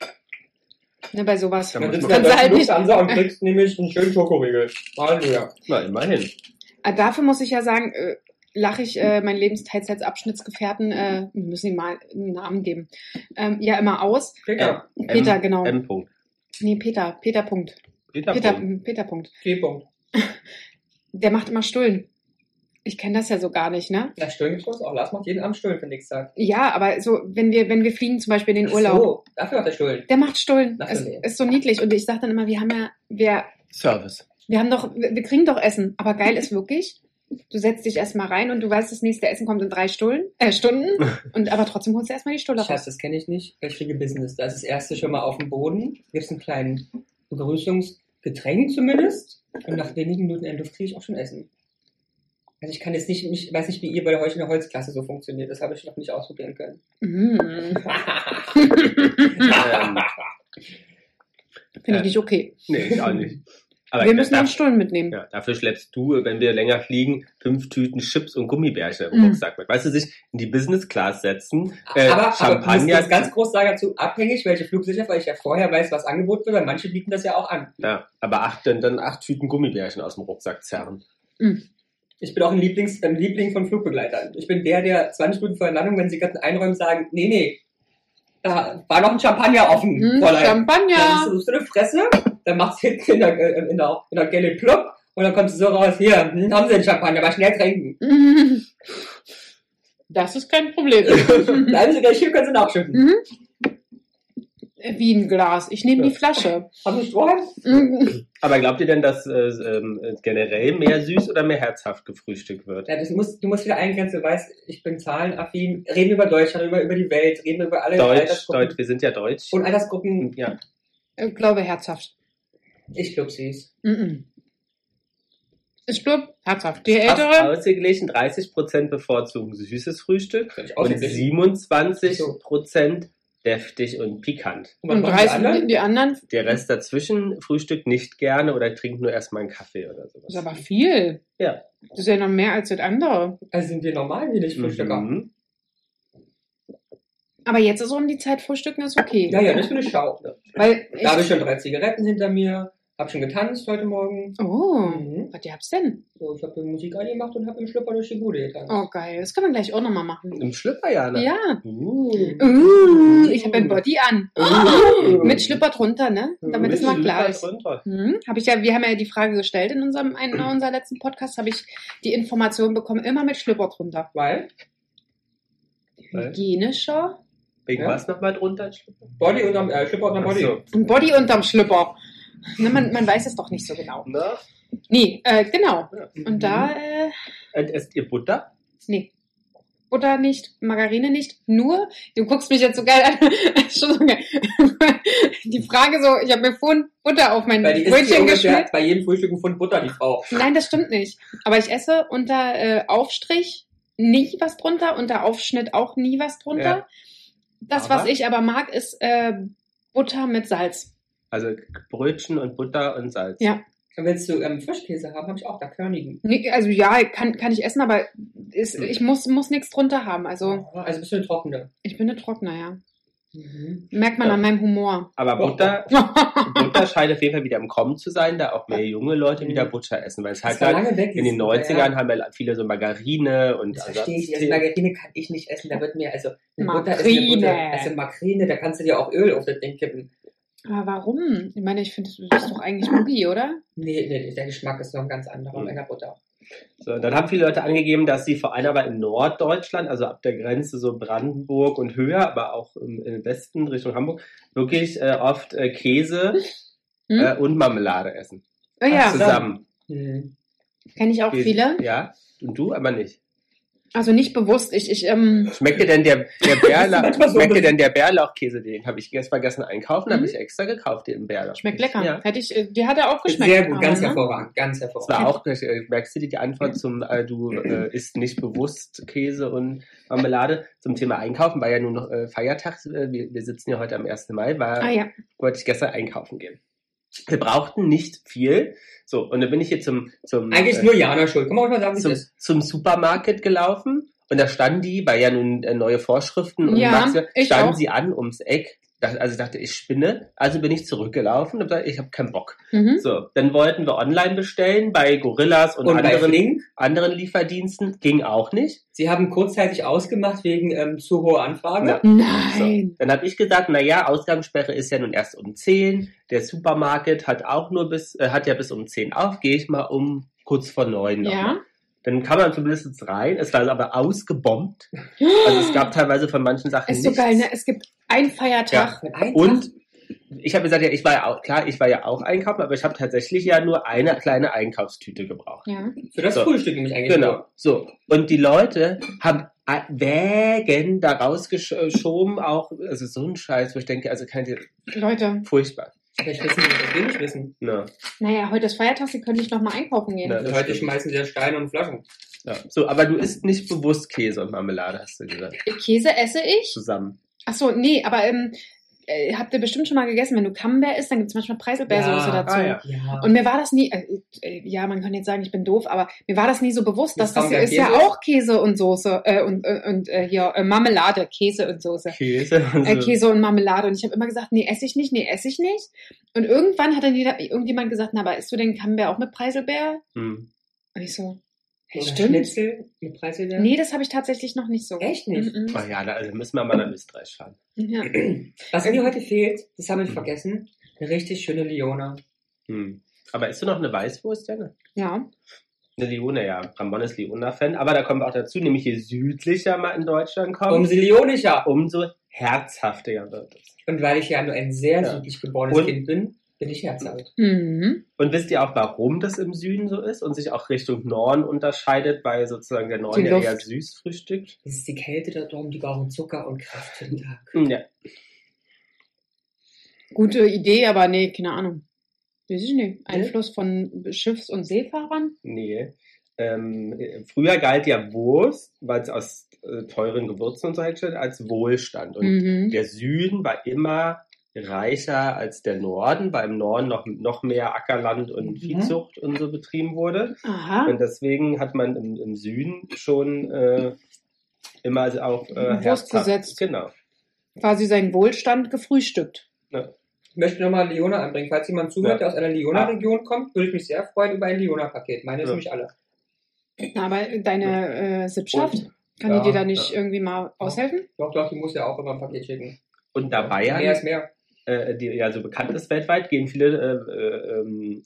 Ne, bei sowas.
Da
Dann
muss
sitzt
man-
Kannst
du
du halt
halt
nicht-
nicht an und kriegst nämlich einen schönen Schokoriegel. Halleluja.
Na, immerhin.
Ah, Dafür muss ich ja sagen, äh, lache ich äh, meinen Lebensteils als Abschnittsgefährten, äh, wir müssen ihm mal einen Namen geben, ähm, ja immer aus.
Klicker.
Peter,
M,
genau.
M Punkt.
Nee, Peter, Peter Punkt.
Peter,
Peter,
Punkt.
Peter Punkt.
G-Punkt.
Der macht immer Stullen. Ich kenne das ja so gar nicht, ne?
Na, Stöhnen gibt's bei uns auch. Lars macht jeden Abend Stöhnen, wenn nichts sagt.
Ja, aber so, wenn wir, wenn wir fliegen zum Beispiel in den Urlaub,
So, dafür macht er Stöhnen.
der macht Stullen.
Ach
Es
so, nee.
ist so niedlich. Und ich sage dann immer, wir haben ja, wir,
Service.
wir haben doch, wir wir kriegen doch Essen. Aber geil ist wirklich, du setzt dich erstmal rein und du weißt, das nächste Essen kommt in drei Stullen, äh, Stunden. Und aber trotzdem holst du erstmal die Stulle
Schatz,
raus.
das kenne ich nicht. Ich kriege Business. Da ist das erste schon mal auf dem Boden. Gibt es einen kleinen Begrüßungsgetränk zumindest. Und nach wenigen Minuten in der Luft kriege ich auch schon Essen. Also ich kann jetzt nicht, ich weiß nicht, wie ihr bei der Heuchelnde Holzklasse so funktioniert. Das habe ich noch nicht ausprobieren können.
Mm,
ähm,
Finde
Äh,
ich nicht okay.
nee, ich auch nicht. Aber
wir müssen
da,
dann Stullen mitnehmen.
ja, dafür schleppst du, wenn wir länger fliegen, fünf Tüten Chips und Gummibärchen im
Mhm.
Rucksack mit. Weißt du, sich in die Business Class setzen, äh,
aber, aber ich muss
Champagner.
jetzt ganz groß sagen dazu, abhängig, welche Flugsicherheit, weil ich ja vorher weiß, was angeboten wird, weil manche bieten das ja auch an.
ja, aber acht, dann, dann acht Tüten Gummibärchen aus dem Rucksack zerren.
Ich bin auch ein, Lieblings, ein Liebling von Flugbegleitern. Ich bin der, der 20 Minuten vor der Landung, wenn sie ganzen einräumen, sagen, nee, nee, da war noch ein Champagner offen,
Hm,
Fräulein. Dann
Champagner!
ist so eine Fresse, dann macht's hinten in der, äh, in der, in der Gelle plopp und dann kommst du so raus, hier, hm, haben sie den Champagner, aber schnell trinken.
Mm. Das ist kein Problem.
Bleiben sie gleich hier, können sie nachschütten.
Mhm. Wie ein Glas. Ich nehme die Flasche.
Haben sie Strohhalm?
Mhm.
Aber glaubt ihr denn, dass äh, ähm, äh, generell mehr süß oder mehr herzhaft gefrühstückt wird?
Ja, das muss, du musst wieder eingrenzen, du weißt, ich bin zahlenaffin. Reden wir über Deutschland, über, über die Welt, reden wir über alle
Deutsch,
Altersgruppen.
Deutsch, wir sind ja Deutsch.
Äh, Und Altersgruppen,
ja,
Ich glaube herzhaft.
ich glaub süß.
Mhm. Ich glaube herzhaft. Die
Fast
Älteren?
ausgeglichen, 30% bevorzugen süßes Frühstück
Völlig
und
ausgeglichen.
27% deftig und pikant.
Und
Und
was
30,
machen die anderen?
die anderen?
Der Rest dazwischen frühstückt nicht gerne oder trinkt nur erstmal einen Kaffee oder
Das ist
sowas.
aber viel.
Ja.
Das ist ja noch mehr als das andere.
Also sind wir normal wenig Frühstücker.
Mhm.
Aber jetzt ist um die Zeit Frühstücken ist okay.
Ja, ja, das bin ich schau.
Weil ich,
Da habe ich schon drei Zigaretten hinter mir, habe schon getanzt heute Morgen.
oh,
Mhm.
was ihr habt's denn?
So, ich habe die Musik angemacht und habe im Schlüpper durch die Bude getanzt.
Oh geil, das können wir gleich auch nochmal machen.
Im Schlüpper, Jana.
Ja.
Uh.
Uh, ich habe ein Body an.
Uh.
Mhm.
Mit Schlipper drunter, ne? Damit
Mit
ist man
Schlüpper
klar. Ist.
drunter.
Hm, hab ich ja, wir haben ja die Frage gestellt in unserem einen unserer letzten Podcast, habe ich die Information bekommen, immer mit Schlüpper drunter.
Weil
Weil?
Hygienischer.
Wegen
Ja.
was nochmal drunter? Schlüpper?
Body unterm, äh, Schlüpper unterm
Ach
Body.
so.
Ein Body unterm Schlüpper. Ne, man, man weiß es doch nicht so genau.
Na?
Nee, äh, genau.
Ja.
Und da, äh,
Und esst ihr Butter?
nee. Butter nicht, Margarine nicht, nur, du guckst mich jetzt so geil an. Schon so geil. Die Frage so, ich habe mir vorhin Butter auf mein
Weil die isst hier
Brötchen geschmiert.
ungefähr bei jedem Frühstück ein Pfund Butter, die Frau.
Nein, das stimmt nicht. Aber ich esse unter äh, Aufstrich nie was drunter, unter Aufschnitt auch nie was drunter.
Ja.
Das, was
Aber?
ich aber mag, ist äh, Butter mit Salz.
Also Brötchen und Butter und Salz.
Ja.
Und willst du ähm, Frischkäse haben, habe ich auch da Körnigen.
Nee, also ja, kann, kann ich essen, aber ist,
Hm.
ich muss, muss nichts drunter haben. Also
Also bist du eine Trockene.
ich bin eine Trockner, ja. Merkt man
Ja.
an meinem Humor.
Aber
Oh,
Butter, Butter scheint auf jeden Fall wieder im Kommen zu sein, da auch mehr junge Leute wieder
Mhm.
Butter essen, weil es
Das
halt
war
halt
lange weg.
in den
dieses
90ern
Butter,
haben ja viele so Margarine
ja.
und
Das verstehe ich. Also
Ersatztee.
Margarine kann ich nicht essen. Da wird mir, also eine Butter ist eine
Margarine.
Butter. Also Makrine, da kannst du dir auch Öl auf das Ding kippen.
aber warum? Ich meine, ich finde, das ist doch eigentlich Boogie, oder?
Nee, nee, der Geschmack ist noch ein ganz anderer
Hm.
mhm. in der Butter.
So, und dann haben viele Leute angegeben, dass sie vor allem aber in Norddeutschland, also ab der Grenze so Brandenburg und höher, aber auch im, im Westen Richtung Hamburg, wirklich äh, oft äh, Käse
Hm?
äh, und Marmelade essen.
Ah ja,
Ach so.
Zusammen.
Mhm.
kenne ich auch
Käse.
viele.
Ja. Und du aber nicht.
Also nicht bewusst. Ich, ich, ähm,
Schmeckt dir denn der, der
Das
Bärlauch,
ist manchmal so
schmeckt dir
ein
denn der Bärlauchkäse, den habe ich erst vergessen einkaufen,
Mhm.
habe ich extra gekauft, den Bärlauch.
schmeckt lecker.
Ja.
Hätte ich, äh, die hat er auch geschmeckt.
Sehr gut,
aber,
ganz
ne?
hervorragend, ganz
Das
hervorragend.
war auch, äh, merkst du dir die Antwort zum, äh, du äh, isst nicht bewusst Käse und Marmelade zum Thema Einkaufen, war ja nur noch äh, Feiertag, äh, wir, wir sitzen ja heute am 1. Mai, war,
Ah ja.
wollte ich gestern einkaufen gehen. Wir brauchten nicht viel, so, und dann bin ich hier zum, zum,
Eigentlich
äh,
nur Jana schuld. Kann man auch mal sagen, wie es
zum,
ist.
zum Supermarket gelaufen und da standen die, weil ja nun äh, neue Vorschriften und
Ja,
Maxe,
ich
standen
auch.
sie an ums Eck dachte- also ich dachte, ich spinne. Also bin ich zurückgelaufen und hab gesagt, ich habe keinen Bock.
Mhm.
So, dann wollten wir online bestellen bei Gorillas und,
Und bei
anderen,
Flink,
anderen Lieferdiensten. Ging auch nicht.
sie haben kurzzeitig ausgemacht wegen ähm, zu hoher Anfrage.
Mhm.
Ja. So.
Nein.
Ne? Dann habe ich gesagt, na ja, Ausgangssperre ist ja nun erst um 10. Der Supermarkt hat auch nur bis, äh, hat ja bis um 10 auf. Gehe ich mal um kurz vor 9 noch mal.
Ja.
Dann kam man zumindest rein. Es war aber ausgebombt. Also es gab teilweise von manchen Sachen
ist so
nichts.
geil, ne? Es gibt einen Feiertag.
Mit einem
Und
Tag.
ich habe gesagt, ja, ich war ja auch, klar, ich war ja auch einkaufen, aber ich habe tatsächlich ja nur eine kleine Einkaufstüte gebraucht.
Ja.
Für das
So.
Frühstück nämlich eigentlich
Genau,
nur.
so. Und die Leute haben a- Wägen da rausgeschoben, auch, also so ein Scheiß, wo ich denke, also kann ich
Leute,
furchtbar.
Vielleicht wissen die, das will nicht wissen.
Ne,
naja, heute ist Feiertag, Sie können nicht nochmal einkaufen gehen.
ne, das
Also Heute
stimmt.
schmeißen sie ja Steine und Flaschen.
ja. So, aber du isst nicht bewusst Käse und Marmelade, hast du gesagt,
Käse esse ich.
zusammen.
Ach so, nee, aber ähm, äh, habt ihr bestimmt schon mal gegessen, wenn du Camembert isst, dann gibt es manchmal Preiselbeersoße
Ja,
dazu.
ah, ja.
Ja.
Und mir war das nie, äh, äh, ja, man könnte jetzt sagen, ich bin doof, aber mir war das nie so bewusst, dass
Jetzt
das
Camembert
ist ja
Käse?
auch Käse und Soße äh, und, äh, und äh, hier äh, Marmelade, Käse und Soße.
Käse.
Äh,
Also,
Käse und Marmelade. Und ich habe immer gesagt, nee, esse ich nicht, nee, esse ich nicht. Und irgendwann hat dann jeder, irgendjemand gesagt, na, aber isst du den Camembert auch mit Preiselbeer?
hm.
Und ich so, hey,
Oder
stimmt.
Schnitzel mit Preiselbeeren.
Nee, das habe ich tatsächlich noch nicht so.
Echt nicht?
Mhm.
Oh ja, da also müssen wir mal nach Österreich fahren.
Ja.
Was
Also
mir heute fehlt, das habe ich vergessen, eine richtig schöne Leona.
Hm. Aber isst du noch eine Weißwurst, Janne?
ja.
Eine Lione, ja. Ramon ist Liona-Fan. Aber da kommen wir auch dazu, nämlich je südlicher man in Deutschland
Um
kommt,
sie leonischer.
umso herzhaftiger wird es.
Und weil ich ja nur ein sehr
Ja.
südlich geborenes
Und-
Kind bin, bin ich herzhaft.
Mhm.
Und wisst ihr auch, warum das im Süden so ist und sich auch Richtung Norden unterscheidet, weil sozusagen der Norden
Die
ja
Luft.
eher süß frühstückt?
Das ist die Kälte da drum, die brauchen Zucker und Kraft für den Tag.
Hm, Ja.
Gute Idee, aber nee, keine Ahnung. Weiß ich nicht. Einfluss
Einfluss
von Schiffs- und Seefahrern?
Nee. Ähm, früher galt ja Wurst, weil es aus äh, teuren Gewürzen und so hergestellt, als Wohlstand. Und
Mhm.
der Süden war immer reicher als der Norden, weil im Norden noch, noch mehr Ackerland und
Mhm.
Viehzucht und so betrieben wurde.
Aha.
Und deswegen hat man im, im Süden schon äh, immer so auf äh,
Wurst
herzhaft-
gesetzt.
Genau.
Quasi seinen Wohlstand gefrühstückt.
Ich möchte nochmal Leona anbringen. Falls jemand zuhört, der aus einer Leona-Region kommt, würde ich mich sehr freuen über ein Leona-Paket. Meine ist
Ja.
nämlich alle.
Na, aber deine äh, Sippschaft, kann
Ja,
die dir da nicht
ja.
irgendwie mal aushelfen?
Doch, doch, die muss ja auch immer ein Paket schicken.
Und da Bayern,
Mehr ist mehr.
äh, die ja so bekannt ist weltweit, gehen viele äh, äh, ähm,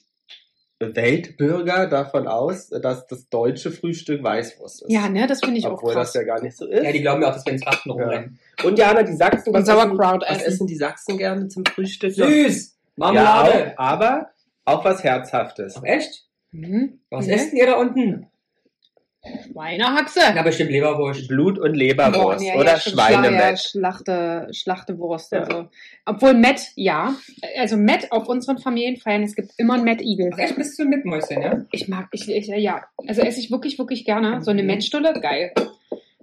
Weltbürger davon aus, dass das deutsche Frühstück Weißwurst ist.
Ja, ne, das finde ich auch
Obwohl
krass.
das ja gar nicht so ist.
Ja, die glauben ja auch, dass wir ins Ratten rumrennen.
Und Jana, die Sachsen,
Und
was essen,
Sauerkraut
was
essen.
essen die Sachsen gerne zum Frühstück?
Süß!
Ja,
Marmelade!
auch, aber auch was Herzhaftes.
Ach, echt?
Mhm.
Was
ne?
essen ihr da unten?
Schweinehaxe.
Na, bestimmt Leberwurst.
Blut- und
Boah,
Leberwurst
ja,
oder
ja, stimmt, Schla- ja,
Schweinemett.
Schlachte, Schlachtewurst.
Ja.
Also. Obwohl Matt, ja. Also Matt auf unseren Familienfeiern, es gibt immer einen Matt-Igel.
Ach, echt bist du ein Mitmäuschen, ja?
Ich mag, ich, ich, ja, also esse ich wirklich, wirklich gerne. So eine Mettstulle, geil.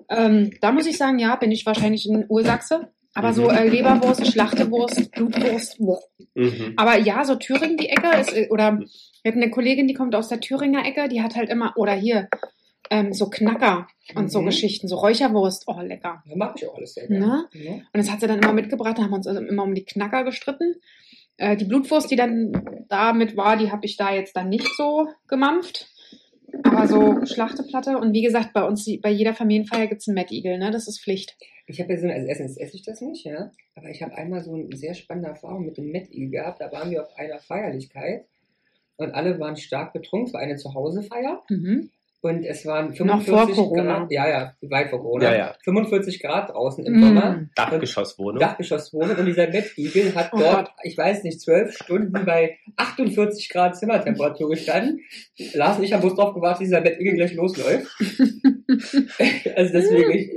Ähm, da muss ich sagen, ja, bin ich wahrscheinlich in Ursachse. Aber so äh, Leberwurst, Schlachtewurst, Blutwurst. boah.
Mhm.
Aber ja, so Thüringen, die Ecke ist, äh, oder wir hatten eine Kollegin, die kommt aus der Thüringer Ecke, die hat halt immer, oder hier, ähm, so Knacker und so
Mhm.
Geschichten, so Räucherwurst, oh lecker.
Ja, mag ich auch alles sehr gerne.
Na?
Ja.
Und das hat sie dann immer mitgebracht, da haben wir uns also immer um die Knacker gestritten. Äh, die Blutwurst, die dann damit war, die habe ich da jetzt dann nicht so gemampft. Aber so Schlachteplatte und wie gesagt, bei uns, die- bei jeder Familienfeier gibt es einen Mad Eagle, ne? Das ist Pflicht.
Ich habe ja so ein, also erstens esse ich das nicht, ja. Aber ich habe einmal so eine sehr spannende Erfahrung mit dem Met-Igel gehabt. Da waren wir auf einer Feierlichkeit und alle waren stark betrunken. Es war eine Zuhausefeier
Mhm.
und es waren
Noch vor
45
Corona.
Grad. Ja, ja, weit vor Corona.
Ja, ja.
45 Grad draußen im Sommer.
Mm.
Dachgeschosswohnung.
Dachgeschosswohnung und dieser Met-Igel hat
Oh
dort,
Gott.
ich weiß nicht, zwölf Stunden bei 48 Grad Zimmertemperatur gestanden. Lars und ich haben bloß drauf gewartet, dass dieser Met-Igel gleich losläuft. also deswegen, ich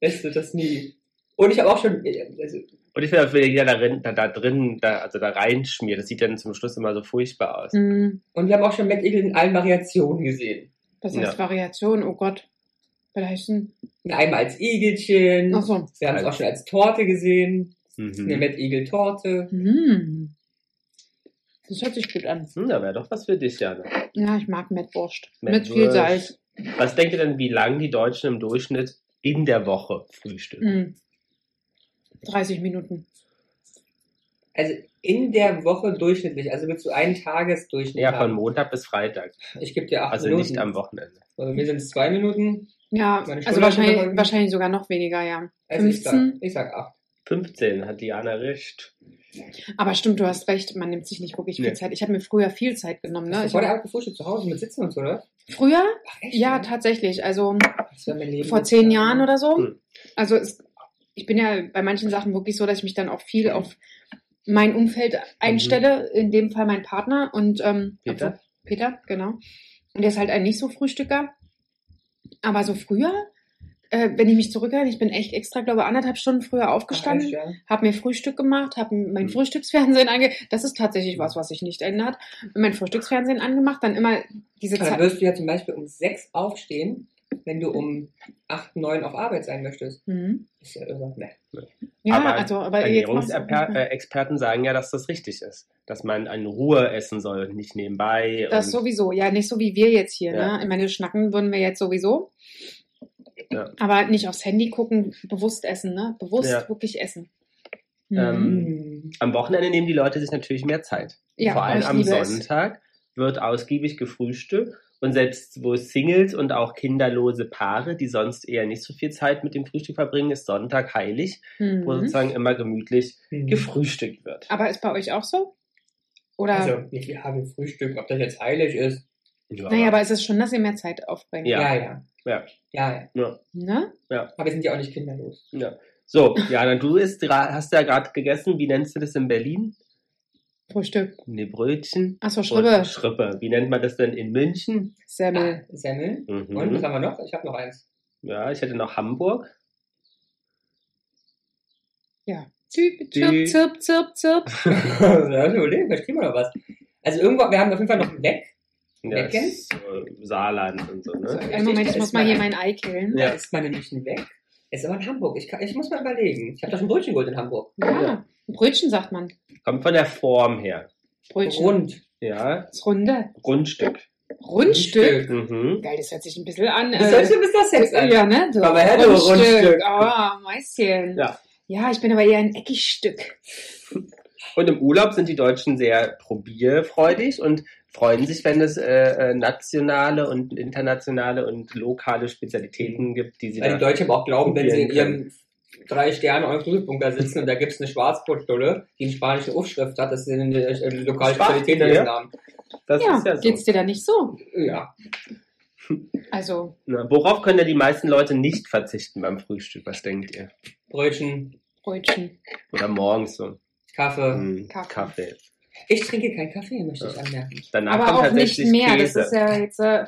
esse das nie. Und ich habe auch schon, also
Und ich finde, wenn die da, drin- da, da drin, da, also da reinschmiert, das sieht dann zum Schluss immer so furchtbar aus.
Mm.
Und wir haben auch schon Matt Eagle in allen Variationen gesehen.
Das heißt
Ja.
Variation, oh Gott. Vielleicht ein.
Einmal als Igelchen.
Ach so.
Wir haben es auch schon als Torte gesehen. Eine
Mhm.
Matt Eagle Torte.
Mm. Das hört sich gut an.
Hm, da wäre doch was für dich, Jana.
Ja, ich mag Mettwurst. Mit
Mettwurst.
viel Salz.
Was denkt ihr denn, wie lange die Deutschen
Mhm.
im Durchschnitt in der Woche frühstücken?
Mm. 30 Minuten.
Also in der Woche durchschnittlich, also willst du einen Tagesdurchschnitt
Ja, von
haben?
Montag bis Freitag.
Ich gebe dir acht
Also
Minuten.
nicht am Wochenende.
Also mir sind es zwei Minuten.
Ja, also
Meine Schulter schon
wahrscheinlich,
mal-
wahrscheinlich sogar noch weniger, ja.
Also ich sag,
15?
ich sag acht.
15 hat Diana recht.
Aber stimmt, du hast recht, man nimmt sich nicht wirklich viel
Nee.
Zeit. Ich habe mir früher viel Zeit genommen,
Hast
ne?
du
Ich
vor der
hab,
Arbeit gefrühstückt zu Hause mit Sitzen und so, oder?
früher?
Ach, echt?
Ja,
ne?
tatsächlich. Also
das wäre mein Leben.
vor zehn Jahren oder so.
Hm.
Also es, ich bin ja bei manchen Sachen wirklich so, dass ich mich dann auch viel auf mein Umfeld einstelle, in dem Fall mein Partner und ähm,
Peter?
obwohl- Peter, genau. Und der ist halt ein nicht so Frühstücker. Aber so früher, äh, wenn ich mich zurückerinnere, ich bin echt extra, glaube ich, anderthalb Stunden früher
Ach, Ah, echt,
aufgestanden.
ja?
Hab mir Frühstück gemacht, hab mein
Mhm.
Frühstücksfernsehen ange... Das ist tatsächlich was, was sich nicht ändert. Mein Frühstücksfernsehen angemacht, dann immer diese
Dann
ne?
Zeit...
wirst du ja zum Beispiel um sechs aufstehen, wenn du um acht, neun auf Arbeit sein möchtest.
Mhm.
Ist ja irre. Ne.
Ja,
Aber
also, aber jetzt machst du mhm. auch nicht mehr.
Ernährungsexperten äh, sagen ja, dass das richtig ist. Dass man in Ruhe essen soll und nicht nebenbei.
Das
und
sowieso, ja, nicht so wie wir jetzt hier.
Ja.
Ne? Ich meine, schnacken würden wir jetzt sowieso.
Ja.
Aber nicht aufs Handy gucken, bewusst essen, ne? Bewusst
Ja.
wirklich essen. Mhm.
Ähm,
Hm.
am Wochenende nehmen die Leute sich natürlich mehr Zeit.
ja,
Vor allem
aber ich
am
liebe
Sonntag wird ausgiebig gefrühstückt. Und selbst wo Singles und auch kinderlose Paare, die sonst eher nicht so viel Zeit mit dem Frühstück verbringen, ist Sonntag heilig,
Es. Mhm.
wo sozusagen immer gemütlich
Hm.
gefrühstückt wird.
Aber ist bei euch auch so? Oder?
Also, ja, wir frühstücken, ob das jetzt heilig ist.
Ja.
naja, aber ist es schon, dass ihr mehr Zeit aufbringt?
Ja.
ja. Ja,
Ja.
ja. ja.
Ne?
Aber wir sind ja auch nicht kinderlos.
So, Jana, du isst, gra- hast ja gerade gegessen. Wie nennst du das in Berlin?
Frühstück.
Ne Brötchen.
Achso, Schrippe.
Und Schrippe. Wie nennt man das denn in München?
Hm, Semmel.
Ah, Semmel.
Mhm.
Und was haben wir noch? Ich habe noch eins.
Ja, ich hätte noch Hamburg.
Ja. Zirp,
Die-
zirp, zirp, zirp, zirp.
ja, überlegen, vielleicht kriegen wir noch was. Also irgendwo, wir haben auf jeden Fall noch einen Weg.
Ja,
Ecke?
ist, äh, Saarland und so,
So,
ne?
Einen Moment, ich
Da
muss
ist
mal hier
mein-
mein Ei killen.
Da
Ja.
ist man nämlich ein Weg. Ist aber in Hamburg. Ich, kann, ich muss mal überlegen. Ich habe doch ein Brötchen geholt in Hamburg.
Ja. Brötchen sagt man.
Kommt von der Form her.
Brötchen.
Rund.
Ja,
Das Runde.
Grundstück.
Rundstück.
Mhm.
Geil, das hört sich ein bisschen an.
Bis
äh,
heute bist das jetzt an.
Ja, ne? So,
Aber hätte doch Rundstück.
Ah, Mäuschen.
Ja.
Ja, ich bin aber eher ein eckig Stück.
Und im Urlaub sind die Deutschen sehr probierfreudig und freuen sich, wenn es äh, äh, nationale und internationale und lokale Spezialitäten gibt, die sie
Weil die
da,
Deutschen aber auch glauben, wenn sie in
Probieren
ihrem drei sterne bunker sitzen und da gibt es eine Schwarzbrotstulle, die eine spanische Aufschrift hat, dass sie eine äh, lokale
Spaß,
Spezialität
ja.
drin haben.
das
Ja,
ist ja so.
geht's dir da nicht so?
Ja.
Also,
Na, worauf können denn die meisten Leute nicht verzichten beim Frühstück? Was denkt ihr?
Brötchen,
Brötchen.
Oder morgens so?
Kaffee.
Hm,
Äh, Kaffee.
Kaffee.
Ich trinke keinen Kaffee, möchte ich anmerken.
Danach
aber
kommt
auch nicht
tatsächlich
mehr.
Käse.
Das ist ja jetzt äh,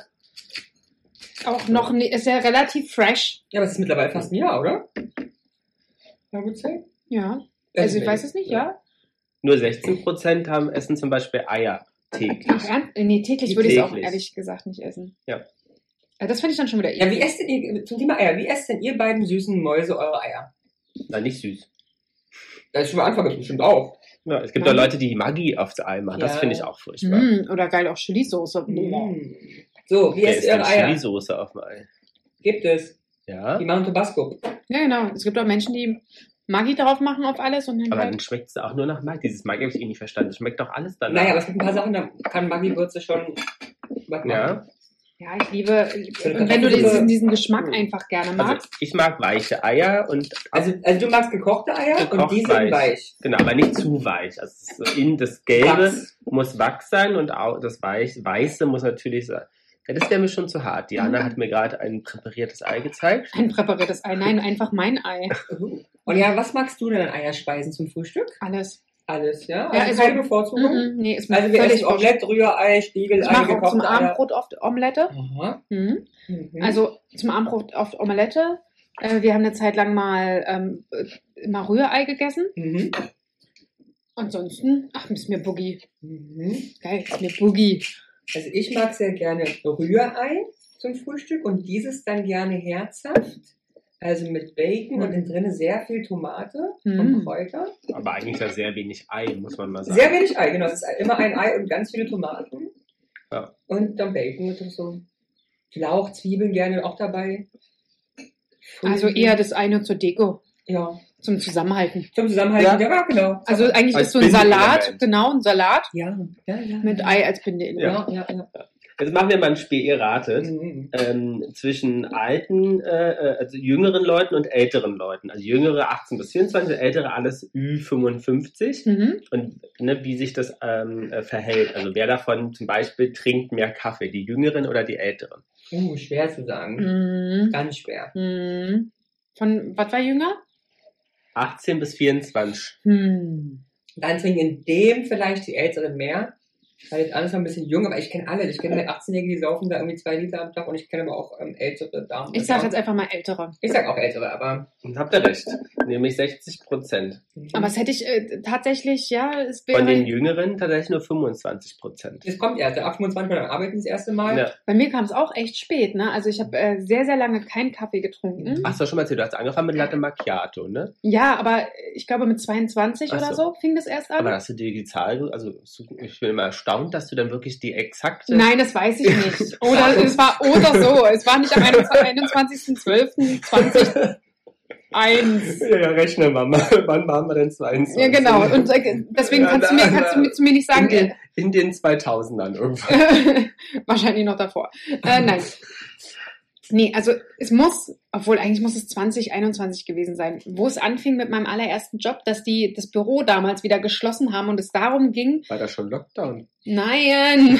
auch noch nicht, ist ja relativ fresh.
Ja, aber es ist mittlerweile fast ein Jahr, oder? Ja, gut sein.
Ja. Also ich weiß es nicht, ja.
Nur 16% haben essen zum Beispiel Eier täglich.
Ach, ernst? äh, nee, täglich würde ich es auch
Täglich.
ehrlich gesagt nicht essen.
Ja.
Ja, Das finde ich dann schon wieder
Ja,
eklig.
wie esst denn ihr, zum Thema Eier, wie esst denn ihr beiden süßen Mäuse eure Eier?
Na, nicht süß.
Das ist schon mal Anfang, das bestimmt auch.
Ja, es gibt
Nein.
ja Leute, die Maggi aufs Ei machen. Das
Ja.
finde ich auch furchtbar.
Mm, oder geil auch Chili-Soße.
Mm. So, wie
Wer
esst
isst
ihr
denn
eure Eier?
Chili-Soße auf dem Ei?
Gibt es.
Ja,
Die machen Tabasco.
Ja, genau. Es gibt auch Menschen, die Maggi drauf machen auf alles und dann
aber
halt
dann schmeckt es auch nur nach Maggi. Dieses Maggi habe ich eh nicht verstanden. Es schmeckt doch alles danach.
Naja, aber es gibt ein paar Sachen, da kann Maggi-Würze schon was machen.
ja,
Ja, ich liebe,
So eine
und wenn du
Kartoffelsuppe.
diesen, diesen Geschmack einfach gerne
also
magst,
ich mag weiche Eier und
Also, also du magst gekochte Eier und
Gekocht
die sind weich.
genau, aber nicht zu weich. Also es ist so in das Gelbe
Wachs.
muss Wachs sein und auch das Weich, Weiße muss natürlich sein. Ja, das wäre mir schon zu hart.
Mhm.
Diana hat mir gerade ein präpariertes Ei gezeigt.
ein präpariertes Ei, nein, einfach mein Ei.
Und ja, was magst du denn an Eierspeisen zum Frühstück?
Alles.
Alles, ja?
Ja,
Also
also-
keine Bevorzugung?
Mhm, nee, ist mir
Also wir
völlig
essen
wurscht.
Omelette, Rührei, Spiegelei,
Ich mache auch zum
gekochte Eier.
Abendbrot oft Omelette.
Aha.
Mhm.
Mhm.
Also zum Abendbrot oft Omelette. Äh, Wir haben eine Zeit lang mal ähm, äh, mal Rührei gegessen.
Mhm.
Ansonsten, ach, ist mir Boogie.
Mhm.
Geil, ist mir Boogie.
Also ich mag sehr gerne Rührei zum Frühstück und dieses dann gerne herzhaft. Also mit Bacon
Mhm.
und in drinne sehr viel Tomate
Mhm.
und Kräuter.
Aber eigentlich ja sehr wenig Ei, muss man mal sagen.
Sehr wenig Ei, genau. Es ist immer ein Ei und ganz viele Tomaten.
Ja.
Und dann Bacon und so. Lauch, Zwiebeln gerne auch dabei.
Also eher das eine zur Deko.
Ja,
Zum Zusammenhalten.
Zum Zusammenhalten, ja, ja genau.
Also eigentlich
Als
ist so ein
Bindeelement. Mhm.
Salat, genau, ein Salat
Ja, ja, ja.
mit Ei als Bindeelement.
Ja, ja, ja.
Jetzt machen wir mal ein Spiel, ihr ratet.
Mhm.
ähm, zwischen alten, äh, äh, also jüngeren Leuten und älteren Leuten. Also jüngere 18 bis 24, ältere alles
Hm.
Ü55.
Mhm.
Und ne, wie sich das ähm, äh, verhält. Also wer davon zum Beispiel trinkt mehr Kaffee, die Jüngeren oder die Älteren?
Uh, schwer zu sagen.
Mhm.
Ganz schwer.
Mhm. Von, was war jünger?
18 bis 24.
Hm.
Dann trinken in dem vielleicht die Älteren mehr. Weil jetzt alles noch ein bisschen jung, aber ich kenne alle. Ich kenne 18-Jährige, die saufen da irgendwie zwei Liter am Tag und ich kenne aber auch ähm, ältere Damen.
Ich sage jetzt einfach mal ältere.
ich sag auch ältere, aber.
Und habt ihr recht. Nämlich 60 Prozent.
Aber das hätte ich äh, tatsächlich, ja, es
Von den
wäre,
Jüngeren tatsächlich nur 25 Prozent.
es kommt erst. Ab 25 Mal arbeiten das erste Mal.
Ja.
bei mir kam es auch echt spät, ne? Also ich habe äh, sehr, sehr lange keinen Kaffee getrunken.
Ach, hast du schon mal erzählt, du hast angefangen mit Latte Macchiato, ne?
Ja, aber ich glaube mit 22
Ach
oder
so.
so fing das erst an.
Aber hast du dir die Zahl, also ich bin immer erstaunt, dass du dann wirklich die exakte
Nein, das weiß ich nicht. Oder es war oder so. Es war nicht am 21.12.2001.
Ja, ja, rechne mal. Wann waren wir denn 22?
Ja, genau. Und äh, deswegen
Ja,
kannst du
na,
mir, kannst du
na.
mir, zu mir nicht
in,
sagen,
den, in den 2000ern irgendwann.
äh, wahrscheinlich noch davor. Äh, nein. Nee, also es muss, obwohl eigentlich muss es 2021 gewesen sein, wo es anfing mit meinem allerersten Job, dass die das Büro damals wieder geschlossen haben und es darum ging,
War da schon Lockdown?
nein.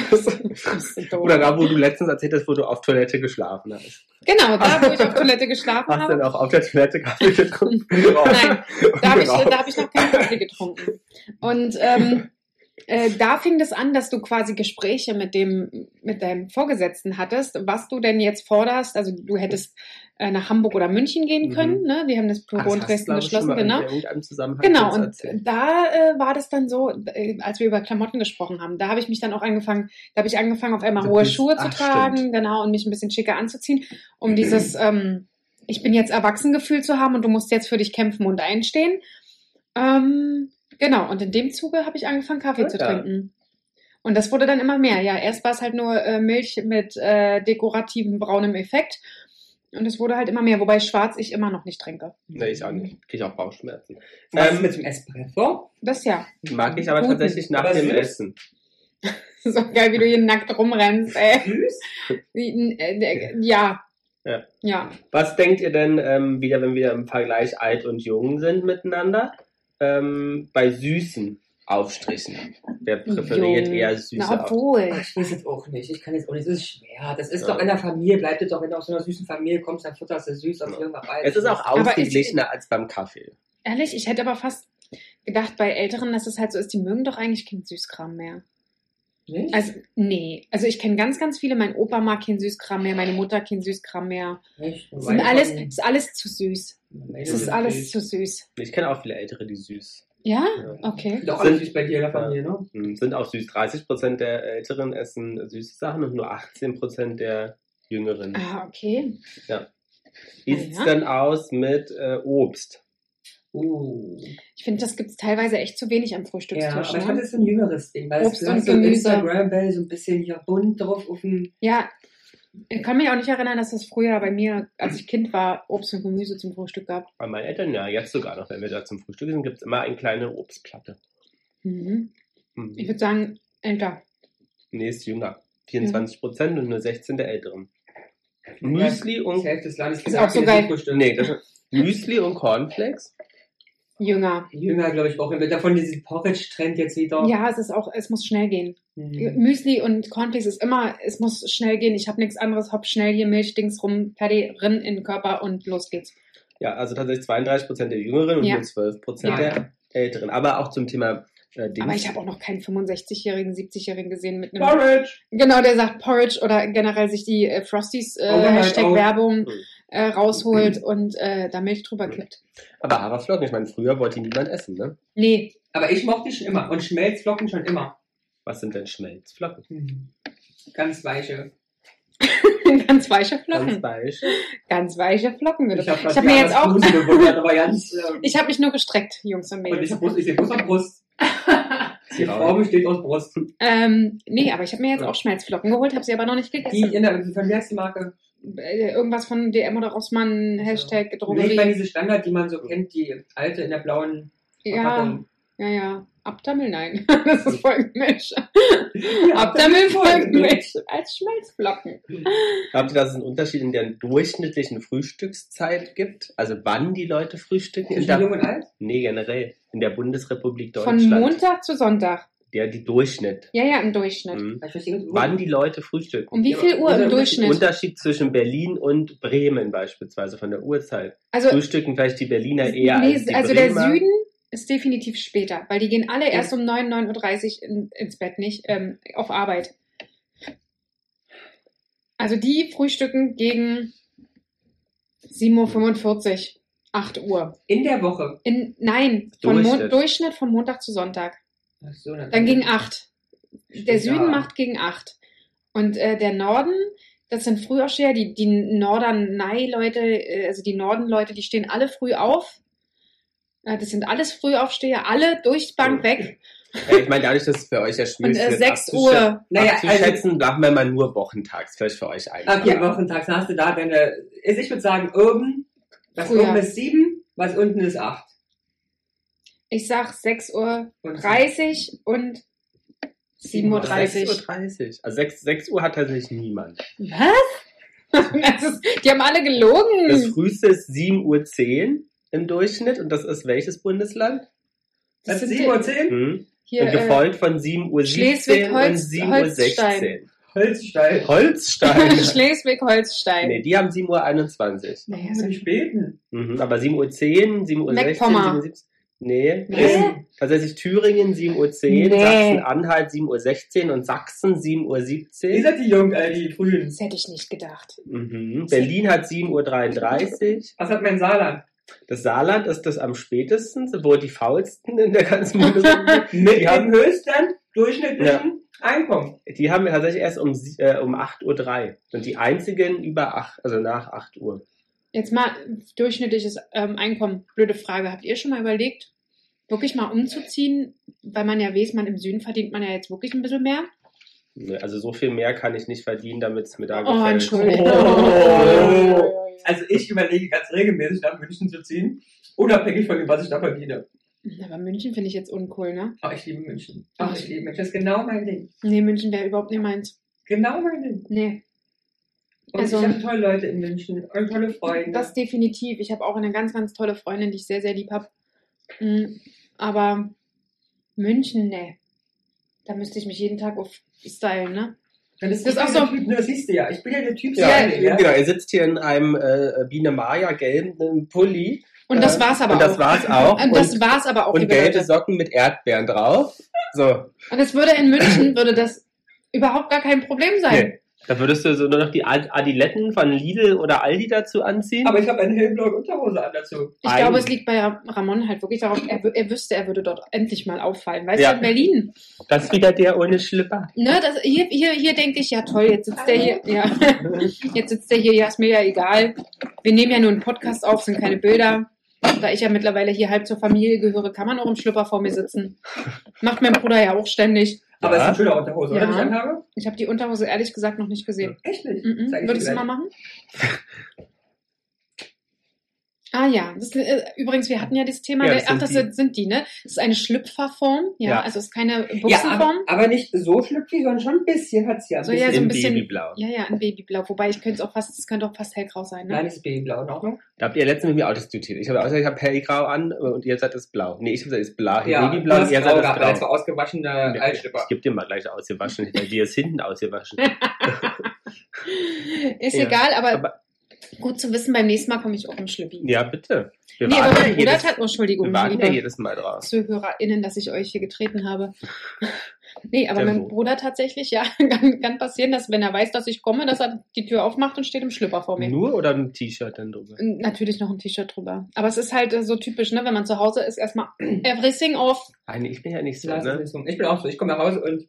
Oder da, wo du letztens erzählt hast, wo du auf Toilette geschlafen hast.
Genau, da wo ich auf Toilette geschlafen
Hast du
habe.
dann auch auf der Toilette Kaffee getrunken?
Nein, da habe ich,
Geraucht.
da hab ich noch keinen Kaffee getrunken. Und ähm, äh, da fing das an, dass du quasi Gespräche mit dem mit deinem Vorgesetzten hattest, was du denn jetzt forderst. Also du hättest äh, nach Hamburg oder München gehen
Mhm.
können. Ne? Die haben das
Ah, das
Büro in
hast du,
Dresden
glaub ich, schon
geschlossen,
mal
genau.
In irgendeinem Zusammenhang
Genau,
kurz
und
erzählt.
da äh, war das dann so, äh, als wir über Klamotten gesprochen haben, da habe ich mich dann auch angefangen, da habe ich angefangen, auf einmal
Du
hohe
bist-
Schuhe zu
ach,
tragen,
stimmt.
genau, und mich ein bisschen schicker anzuziehen, um dieses, ähm, ich bin jetzt erwachsen Gefühl zu haben und du musst jetzt für dich kämpfen und einstehen. Ähm, genau, und in dem Zuge habe ich angefangen, Kaffee
Ah,
zu
ja.
trinken. Und das wurde dann immer mehr. Ja, erst war es halt nur äh, Milch mit äh, dekorativem braunem Effekt. Und es wurde halt immer mehr, wobei schwarz ich immer noch nicht trinke.
Nee, ich auch nicht. Krieg ich auch Bauchschmerzen.
Was
Ähm,
mit dem Espresso?
Das ja.
Mag ich aber
Guten.
tatsächlich nach
Aber
dem
süß.
Essen.
So geil, wie du hier nackt rumrennst, ey.
Süß?
Wie, n- äh, äh, ja.
Ja.
Ja.
Was denkt ihr denn ähm, wieder, wenn wir im Vergleich alt und jung sind miteinander? Ähm, bei süßen Aufstrichen. Wer präferiert
Jung.
eher süße
Na,
Aufstriche?
obwohl.
Ich weiß jetzt auch nicht. Ich kann jetzt auch nicht. Das ist schwer. Das ist
Ja.
doch in der Familie. Bleibt jetzt doch, wenn du aus so einer süßen Familie kommst, dann futterst du süß aus
Ja.
irgendwas rein.
Es ist auch
Aber ich-
ausgeglichener als beim Kaffee.
Ehrlich, ich hätte aber fast gedacht bei Älteren, dass es halt so ist, die mögen doch eigentlich keinen Süßkram mehr.
Nicht?
Also, nee. Also ich kenne ganz, ganz viele, mein Opa mag keinen Süßkram mehr, meine Mutter keinen Süßkram mehr.
Nicht?
Es sind alles, es ist alles zu süß. Es ist alles zu süß.
Ich kenne auch viele Ältere, die süß.
Ja?
Ja.
Okay.
Doch
Sind-
alles süß bei dir in der Familie, ne?
Hm, Sind auch süß. 30% der Älteren essen süße Sachen und nur 18% der Jüngeren.
Ah, okay.
Wie sieht es
ja.
denn aus mit äh, Obst?
Uh.
Ich finde, das gibt es teilweise echt zu wenig am
Ja, aber
Frühstückstisch.
ich
Ja,
fand das
ne?
ist so ein jüngeres Ding, weil
Obst
es
und
so ein
Gemüse.
Instagram-Bell, so ein bisschen hier bunt drauf auf dem.
ja. Ich kann mich auch nicht erinnern, dass es früher bei mir, als ich Kind war, Obst und Gemüse zum Frühstück gab.
Bei meinen Eltern, ja, jetzt sogar noch. Wenn wir da zum Frühstück sind, gibt es immer eine kleine Obstplatte.
Mhm.
Mhm.
Ich würde sagen, älter.
Nee, ist jünger. 24% und nur 16 der Älteren.
Das
Müsli und.
Hälfte des Landes
Ist auch so geil.
Nee, das, Müsli und Cornflakes?
Jünger.
Jünger, glaube ich, auch. Mit davon diesen Porridge-Trend jetzt wieder.
Ja, genau. es ist auch, es muss schnell gehen.
Hm.
Müsli und Cornflakes ist immer, es muss schnell gehen. Ich habe nichts anderes. Hopp, schnell hier Milchdings rum, fertig, rinn in den Körper und los geht's.
Ja, also tatsächlich 32% der Jüngeren und
Ja.
nur 12%
Ja.
der Älteren. Aber auch zum Thema äh, Dings.
Aber ich habe auch noch keinen 65-jährigen, 70-jährigen gesehen mit einem.
Porridge!
Genau, der sagt Porridge oder generell sich die äh, Frosties äh,
Overnight Oat.
Hashtag-Werbung
Mhm.
äh, rausholt und äh, da Milch drüber kippt.
Aber Haferflocken, ich meine, früher wollte die niemand essen, ne?
Nee,
Aber ich mochte die schon immer. Und Schmelzflocken schon immer.
Was sind denn Schmelzflocken?
Hm. Ganz weiche.
ganz weiche
Ganz
Flocken.
weich.
Ganz weiche Flocken. Ich
hab
habe
fast
hab mir
Jahres
jetzt auch,
Gruse bewundert, aber ganz. ähm,
ich habe mich nur gestreckt, Jungs und
Und
Mädels.
ich habe Brust, ich sehe Brust auf Brust. Die Frau besteht aus Brust.
Ähm, nee, aber ich habe mir jetzt
Ja.
auch Schmelzflocken geholt, habe sie aber noch nicht
Die
gegessen.
in der, von der ersten Marke.
äh, irgendwas von DM oder Rossmann, Hashtag
Nicht bei
Drogerie.
diese Standard, die man so kennt, die alte in der blauen
Ja,
Verpackung.
ja, ja. Abdammel, nein. Das ist Folgenmisch.
Ja,
Abdammel,
Folgenmilch.
Folgenmisch. Als Schmelzblocken.
Glaubt ihr, dass es einen Unterschied in der durchschnittlichen Frühstückszeit gibt? Also wann die Leute frühstücken? In
Zwischen jung
der,
und alt?
nee, generell. In der Bundesrepublik Deutschland.
Von Montag zu Sonntag.
Ja, die Durchschnitt.
Ja, ja, im Durchschnitt.
Mhm.
Ich verstehe,
Wann die Leute frühstücken.
Um wie viel Uhr im
Unter-
Durchschnitt?
Unterschied zwischen Berlin und Bremen beispielsweise von der Uhrzeit.
Also,
Frühstücken vielleicht die Berliner eher
nee,
als die
also der
Bremer.
Süden ist definitiv später, weil die gehen alle erst um 9, 9.30 Uhr in, ins Bett, nicht ähm, auf Arbeit. Also die frühstücken gegen 7.45 Uhr, 8 Uhr.
In der Woche.
In, nein, von Mon
Durchschnitt.
Durchschnitt von Montag zu Sonntag.
Ach so, dann
Dann
Äh,
gegen 8. Der
Steht da.
Süden macht gegen 8. Und äh, der Norden, das sind Frühaufsteher, die, die Norderney-Leute, äh, also die Norden-Leute, die stehen alle früh auf. Äh, das sind alles Frühaufsteher, alle durch die Bank weg.
Ja, ich meine, dadurch, dass es für euch ja schwierig
Und
ist.
äh,
jetzt
6
abzuschätzen-
Uhr.
Naja, also,
Abzuschätzen, machen wir mal nur wochentags, vielleicht für euch einfach.
ab vier Wochentags hast du da deine, also ich würde sagen, oben, was
Früher.
oben ist sieben, was unten ist acht.
Ich sag 6 Uhr
Und
30 und 7.30 Uhr.
6.30 Uhr. Also 6, 6 Uhr hat tatsächlich niemand.
Was? Das ist, die haben alle
Das
gelogen.
früheste ist 7.10 Uhr im Durchschnitt und das ist welches Bundesland?
Das
sind
ist 7 Uhr
die-
10?
Hm?
hier,
und
äh,
gefolgt von 7.17 Uhr und
Schleswig-Holz-
7.16
Holzstein.
Uhr. Holzstein.
äh, Schleswig-Holstein.
nee, die haben 7.21 Uhr.
Naja,
Das
so
sind die Späten.
Mhm. Aber 7.10 Uhr, 7.16 Uhr,
Meckpommern.
7.17 Uhr.
Hä?
Nee, Dresden- tatsächlich Thüringen 7.10 Uhr,
Nee.
Sachsen-Anhalt 7.16 Uhr und Sachsen 7.17 Uhr.
Ihr seid die Jungen, all die Frühen.
Das hätte ich nicht gedacht.
Mhm. Berlin hat 7.33 Uhr.
Was hat mein Saarland?
Das Saarland ist das am spätesten, wohl die faulsten in der ganzen Bundesrepublik.
Mit
Die
dem
haben-
höchsten durchschnittlichen Einkommen.
Die haben tatsächlich erst um, sie- äh, um 8.03 Uhr. Sind die einzigen über 8, also nach 8 Uhr.
Jetzt mal durchschnittliches ähm, Einkommen. Blöde Frage. Habt ihr schon mal überlegt, wirklich mal umzuziehen? Weil man ja weiß, man im Süden verdient man ja jetzt wirklich ein bisschen mehr.
Ne, Also so viel mehr kann ich nicht verdienen, damit es mir da
Oh,
gefällt.
Entschuldigung.
Oh. Also ich überlege ganz regelmäßig nach München zu ziehen, unabhängig von dem, was ich da verdiene.
Aber München finde ich jetzt uncool, ne?
Aber ich liebe München. Ach, ich liebe München. Das ist genau mein Ding.
Nee, München wäre überhaupt nicht meins.
Genau mein Ding.
Nee,
Und
Also-
ich habe tolle Leute in München und tolle Freunde.
das definitiv. Ich habe auch eine ganz, ganz tolle Freundin, die ich sehr, sehr lieb habe. Aber München, nee. Da müsste ich mich jeden Tag auf stylen, ne?
das ist,
das ist auch
auch so.
so-
Typ, ne, das siehst du ja. Ich bin ja der Typ,
Ja,
der-
ja, genau. Ihr sitzt hier in einem äh, Biene Maya gelben Pulli.
Und das
Äh,
war's aber
und das
auch.
war's auch.
Und das
und
war's aber auch,
und
liebe
gelbe
Leute.
Socken mit Erdbeeren drauf. So.
Und es würde in München, würde das überhaupt gar kein Problem sein.
Nee. Da würdest du so nur noch die Ad- Adiletten von Lidl oder Aldi dazu anziehen.
Aber ich habe eine hellblaue Unterhose an dazu.
Ich
Ein-
glaube, es liegt bei Ra- Ramon halt wirklich darauf, er, wü- er wüsste, er würde dort endlich mal auffallen. Weißt
Ja.
du, in Berlin,
Das wieder der ohne Schlipper.
ne, das, hier, hier, hier denke ich, ja toll, jetzt sitzt der hier, ja, jetzt sitzt der hier, ja, ist mir ja egal. Wir nehmen ja nur einen Podcast auf, sind keine Bilder. Da ich ja mittlerweile hier halb zur Familie gehöre, kann man auch im Schlüpper vor mir sitzen. Macht mein Bruder ja auch ständig.
Aber es ist
Ja.
eine schöne Unterhose,
Ja.
oder? Die ich anhabe?
Ich habe die Unterhose ehrlich gesagt noch nicht gesehen.
Echt nicht.
Mhm.
Zeig ich dir
Würdest du
gleich.
mal machen? Ah ja, das, äh, übrigens, wir hatten ja das Thema,
Ja,
der-
das
ach,
sind
das
die.
sind, sind die, ne? Das ist eine Schlüpferform, ja,
Ja.
also es ist keine
Ja, aber,
Buchsenform.
aber nicht so schlüpfig, sondern schon ein bisschen hat sie ja. Ein
So,
bisschen.
ja, so ein
Im
bisschen-
Babyblau.
Ja, ja, ein Babyblau, wobei ich könnte es auch fast, es könnte auch fast hellgrau sein, ne?
Nein, das ist Babyblau in Ordnung.
Da habt ihr letztens mit mir auch diskutiert. Ich habe auch gesagt, ich habe hellgrau an und ihr seid es blau. Nee, ich habe gesagt, es ist blau. Babyblau
das
und ihr
ist
seid
grau gehabt,
es
als
grau.
war ausgewaschene
Nee,
Altschipper.
Ich gebe dir mal gleich ausgewaschen, weil dir ist hinten ausgewaschen.
Ist
Ja.
egal, aber,
Aber-
gut zu wissen, beim nächsten Mal komme ich auch im Schlüppi.
Ja, bitte. Wir
nee, aber
warten,
mein
ja
Bruder
jedes,
hat, oh, Entschuldigung,
wir warten ja
liebe
jedes Mal drauf.
ZuhörerInnen, dass ich euch hier getreten habe. Nee, aber
Der
mein
Mo.
Bruder tatsächlich, ja, kann, kann passieren, dass wenn er weiß, dass ich komme, dass er die Tür aufmacht und steht im Schlüpper vor mir.
Nur oder ein T-Shirt dann drüber?
Natürlich noch ein T-Shirt drüber. Aber es ist halt äh, so typisch, ne? Wenn man zu Hause ist, erstmal everything off,
Nein, ich bin ja nicht so,
Ja, das
ne?
ist so. Ich bin auch so. Ich komme nach Hause und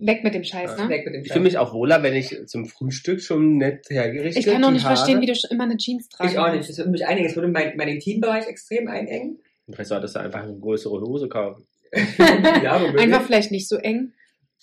weg mit dem Scheiß,
Ja.
ne?
weg mit dem
Ich fühle mich auch wohler, wenn ich zum Frühstück schon nett hergerichtet
Ich kann doch
die
nicht
Haare.
verstehen, wie du schon immer eine Jeans tragen
Ich auch nicht. Das würde mich einigen. Es würde mein, meinen Intimbereich extrem einengen.
Vielleicht solltest du einfach eine größere Hose kaufen.
ja, womöglich.
Einfach vielleicht nicht so eng.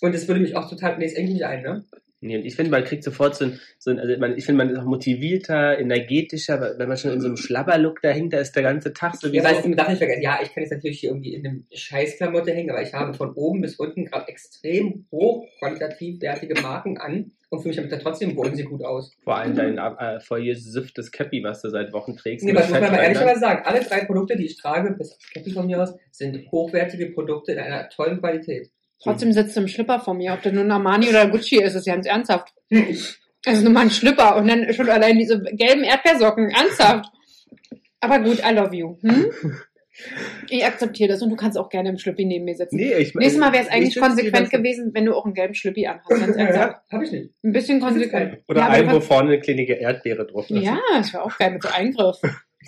Und es würde mich auch total. Nee, es engt mich ein, ne?
Nee, und ich finde, man kriegt sofort so ein, so ein also man, ich finde, man ist auch motivierter, energetischer, weil- wenn man schon in so einem Schlabberlook dahinter ist, der ganze Tag so wie
Ja,
so,
weil es im Dach nicht vergessen. Ja, Also, ich kann jetzt natürlich hier irgendwie in einem Scheißklamotte hängen, aber ich habe von oben bis unten gerade extrem hochqualitativ wertige Marken an und fühle mich damit dann trotzdem wohl und sieht gut aus.
vor allem dein äh, vollgesüfftes Cappy, was du seit Wochen trägst.
Nee,
mit
aber das muss man aber
Fettreibern.
ehrlicherweise sagen, alle drei Produkte, die ich trage, bis auf Cappy von mir aus, sind hochwertige Produkte in einer tollen Qualität.
Trotzdem sitzt du im Schlipper vor mir. Ob das nun Armani oder Gucci ist, ist ganz ernsthaft. Also nur mal ein Schlipper und dann schon allein diese gelben Erdbeersocken. Ernsthaft. Aber gut, I love you. Hm? Ich akzeptiere das und du kannst auch gerne im Schlüppi neben mir sitzen.
Nee, ich
Nächstes Mal wäre es eigentlich
ich sitz hier
konsequent
ganz-
gewesen, wenn du auch einen gelben Schlüppi anhast. Ganz ernsthaft.
Habe ich nicht.
Ein bisschen konsequent.
Oder
Ja, aber
ein,
du
wo vorne eine klinische Erdbeere drauf ist.
Ja, das wäre auch geil mit so Eingriff.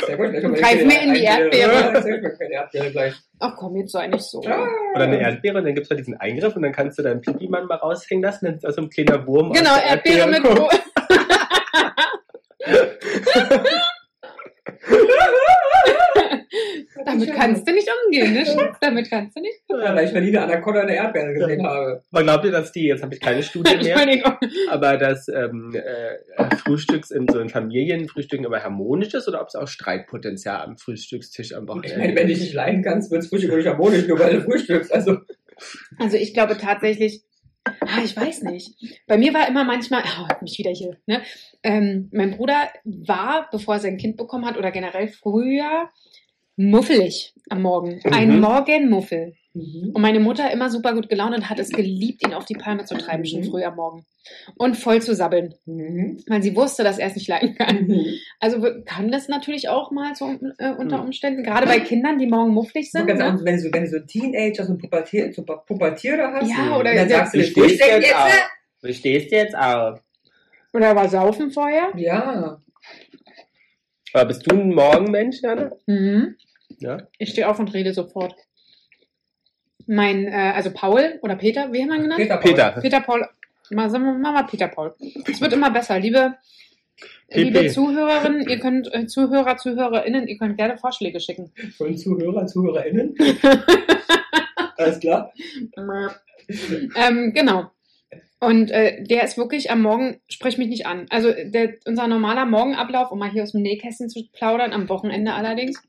Sehr gut. gleich mal
Greif mir in die Erdbeere.
Ja, sehr gut, keine Erdbeere gleich.
Ach komm, jetzt sei nicht so.
Ah.
Oder eine Erdbeere und dann gibt's da diesen Eingriff und dann kannst du deinen Pipi-Mann mal raushängen lassen, dann ist da so ein kleiner Wurm. aus
Genau,
der
Erdbeere mit
kommt.
Brot. Damit kannst du nicht umgehen, ne? Schatz? Damit kannst du nicht.
Ja, weil ich Berliner Anaconda in der Erdbeere gesehen habe.
Man glaubt ihr, dass die, jetzt habe ich keine Studie mehr,
Entschuldigung.
aber dass ähm, äh, Frühstücks in so in Familienfrühstücken immer harmonisch ist oder ob es auch Streitpotenzial am Frühstückstisch am
Ich meine,
Wochenende
wenn ich nicht leiden kannst, wird's Frühstück und nicht harmonisch, nur weil du frühstückst. Also,
Also ich glaube tatsächlich, ah, ich weiß nicht. Bei mir war immer manchmal, oh, hat mich wieder hier, ne? Ähm, mein Bruder war, bevor er sein Kind bekommen hat, oder generell früher, muffelig am Morgen. Ein
Mhm.
Morgenmuffel. Und meine Mutter immer super gut gelaunt und hat es geliebt, ihn auf die Palme zu treiben, schon
Mhm.
früh am Morgen. Und voll zu sabbeln,
Mhm.
weil sie wusste, dass er es nicht leiden kann.
Mhm.
Also wir- kann das natürlich auch mal so äh, unter
Mhm.
Umständen, gerade bei Kindern, die morgen mufflig
So
sind.
ganz
Ne?
anders, wenn, du, so- wenn du so einen Teenager, so einen Pubertier, so einen Pubertierer hast,
Ja,
und
oder,
dann sagst du,
Wie
dir, ich
stehst du
denke
jetzt
jetzt,
auf? Wie stehst du jetzt auf?
oder war Saufen vorher.
Ja,
Aber bist du ein Morgenmensch, Jana?
Mhm.
Ja.
Ich stehe auf und rede sofort. Mein, äh, also Paul oder Peter, wie haben wir ihn genannt?
Peter.
Peter.
Peter Paul. Mal sagen wir machen wir Peter Paul. Es wird immer besser. Liebe,
PP.
liebe Zuhörerinnen, ihr könnt, äh, Zuhörer, ZuhörerInnen, ihr könnt gerne Vorschläge schicken.
Von Zuhörer, ZuhörerInnen. Alles klar.
Ähm, genau. Und äh, der ist wirklich am Morgen, sprich mich nicht an. Also der, unser normaler Morgenablauf, um mal hier aus dem Nähkästchen zu plaudern, am Wochenende allerdings,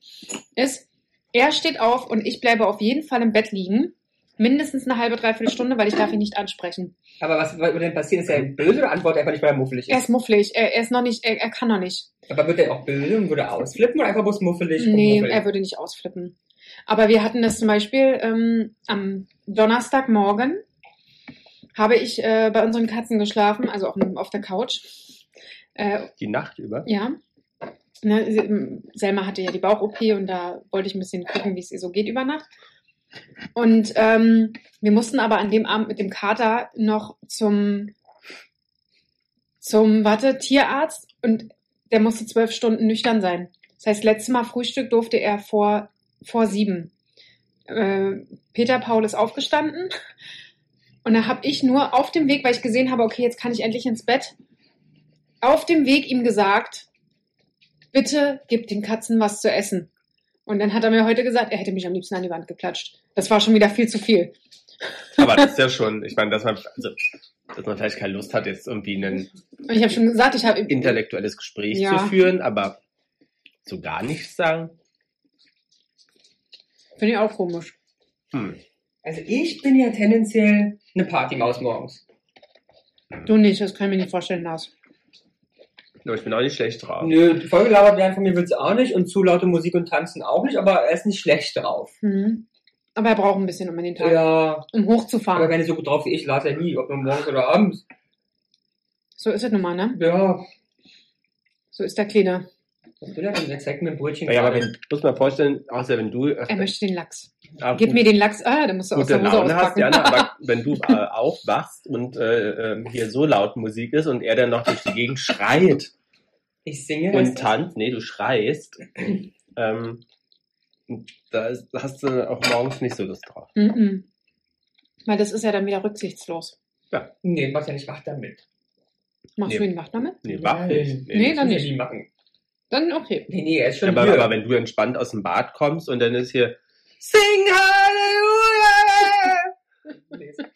ist, er steht auf und ich bleibe auf jeden Fall im Bett liegen. Mindestens eine halbe, dreiviertel Stunde, weil ich darf ihn nicht ansprechen.
Aber was würde denn passieren? Ist er blöd oder antwortet er einfach nicht, weil er muffelig
Er
ist?
ist mufflig, er, er ist noch nicht, er, er kann noch nicht.
Aber wird er auch blöd und würde ausflippen oder einfach bloß muffelig? und
Nee,
muffelig?
er würde nicht ausflippen. Aber wir hatten das zum Beispiel ähm, am Donnerstagmorgen habe ich äh, bei unseren Katzen geschlafen, also auf, dem- auf der Couch. Äh,
Die Nacht über.
ja. Ne, sie- m, Selma hatte ja die Bauch-OP und da wollte ich ein bisschen gucken, wie es ihr so geht über Nacht. Und ähm, wir mussten aber an dem Abend mit dem Kater noch zum, zum, warte, Tierarzt und der musste zwölf Stunden nüchtern sein. Das heißt, letztes Mal Frühstück durfte er vor, vor sieben. Äh, Peter Paul ist aufgestanden und da habe ich nur auf dem Weg, weil ich gesehen habe, okay, jetzt kann ich endlich ins Bett, auf dem Weg ihm gesagt, bitte gib den Katzen was zu essen. Und dann hat er mir heute gesagt, er hätte mich am liebsten an die Wand geklatscht. Das war schon wieder viel zu viel.
Aber das ist ja schon, ich meine, dass man, also, dass man vielleicht keine Lust hat, jetzt irgendwie ein
Und ich habe schon gesagt, ich habe
intellektuelles Gespräch
Ja.
zu führen, aber so gar nichts sagen.
Finde ich auch komisch.
Hm.
Also ich bin ja tendenziell eine Partymaus morgens.
Du nicht, das kann ich mir nicht vorstellen, Lars.
Aber ich bin auch nicht schlecht drauf.
Nö, vollgelabert werden von mir willst du auch nicht und zu laute Musik und Tanzen auch nicht, aber er ist nicht schlecht drauf.
Mhm. Aber er braucht ein bisschen, um an den Tag,
Ja,
um
aber
hochzufahren.
wenn er so gut drauf wie ich, las er nie, ob nur morgens oder abends.
So ist es nun mal, ne?
Ja,
So ist der Kleine.
was will er denn? Er zeigt mir ein Brötchen.
Naja, aber wenn, muss man vorstellen, außer wenn du öfter,
Er möchte den Lachs.
auch
Äh, Gib mir den Lachs. Ah, dann musst du aus
gute
der Hose
Laune hast,
auspacken.
Jana, aber wenn du äh, aufwachst und äh, ähm, hier so laut Musik ist und er dann noch durch die Gegend schreit
ich singe,
und
heißt das?
tanzt, nee, du schreist, ähm, da ist, da hast du auch morgens nicht so Lust drauf.
Mhm. Weil das ist ja dann wieder rücksichtslos.
nee, mach ja nicht wach damit.
Machst
Nee.
du ihn wach damit?
Nee, wach nicht.
Nee, dann
das will
nicht.
ich machen.
Dann okay.
Nee, nee, er ist schon
Ja, aber,
hier.
aber wenn du entspannt aus dem Bad kommst und dann ist hier,
Sing Hallelujah!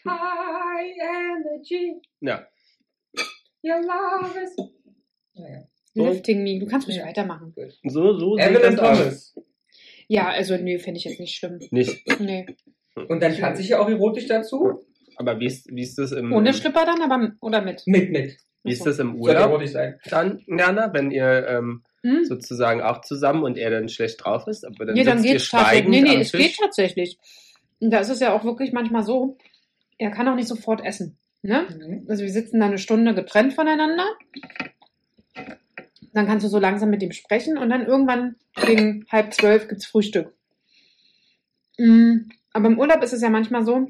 High Energy.
ja,
Ja, Laris. Naja,
Lifting Me, du kannst mich
Ja.
weitermachen.
So, so sieht
Evelyn
das aus.
Thomas.
Ja, also nee, finde ich jetzt nicht schlimm.
Nicht.
Nee.
Und dann tanze ich ja auch erotisch dazu.
Aber wie ist, wie ist das im
Ohne Schlipper dann, aber oder mit.
Mit, mit.
Mhm. wie ist das im
Soll
Urlaub
erotisch sein.
dann, Jana, wenn ihr ähm,
Hm?
sozusagen auch zusammen und er dann schlecht drauf ist, aber dann
nee, dann
sitzt ihr
geht's tatsächlich.
schweigend
Nee, nee,
am
es
Tisch.
geht tatsächlich. Und da ist es ja auch wirklich manchmal so, er kann auch nicht sofort essen. Ne?
Mhm.
Also wir sitzen da eine Stunde getrennt voneinander. Dann kannst du so langsam mit ihm sprechen und dann irgendwann gegen halb zwölf gibt's Frühstück. Mm, Aber im Urlaub ist es ja manchmal so,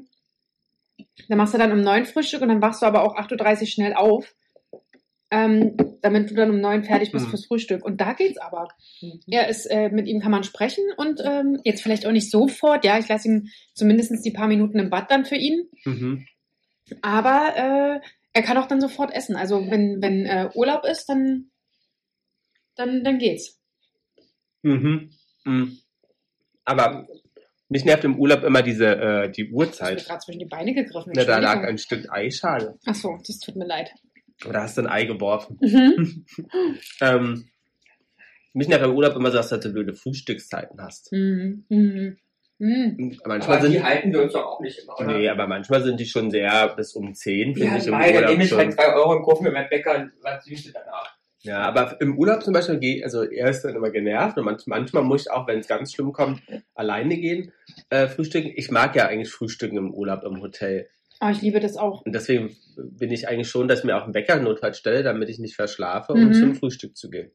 da machst du dann um neun Frühstück und dann wachst du aber auch 8.30 Uhr schnell auf, ähm, damit du dann um neun fertig bist
Hm.
fürs Frühstück. Und da geht's aber. Er ist, äh, mit ihm kann man sprechen und ähm, jetzt vielleicht auch nicht sofort, ja, ich lasse ihm zumindestens die paar Minuten im Bad dann für ihn.
Mhm.
Aber äh, er kann auch dann sofort essen. Also wenn, wenn äh, Urlaub ist, dann, dann, dann geht's.
Mhm. Mhm. Aber mich nervt im Urlaub immer diese äh, die
Ich bin
Uhrzeit.
gerade zwischen die Beine gegriffen.
Na, da lag
Entschuldigung.
ein Stück Eischale.
Ach so, das tut mir leid.
Oder hast du ein Ei geworfen?
Mhm.
Ähm, mich nervt im Urlaub immer so, dass du halt so blöde Frühstückszeiten hast.
Mhm. Mhm. Mhm.
Manchmal
Aber die
sind,
halten wir uns doch auch nicht immer, oder?
nee, aber manchmal sind die schon sehr bis um 10,
Ja,
finde ich, im
nein, dann
Urlaub
nehme ich halt
schon.
2 Euro und kaufe mir beim Bäcker was Süßes danach.
Ja, aber im Urlaub zum Beispiel gehe also er ist dann immer genervt und manch, manchmal muss ich auch, wenn es ganz schlimm kommt, alleine gehen, äh, frühstücken. Ich mag ja eigentlich frühstücken im Urlaub im Hotel.
Oh, ich liebe das auch.
Und deswegen bin ich eigentlich schon, dass ich mir auch einen Wecker notfalls stelle, damit ich nicht verschlafe, um
Mhm.
zum Frühstück zu gehen.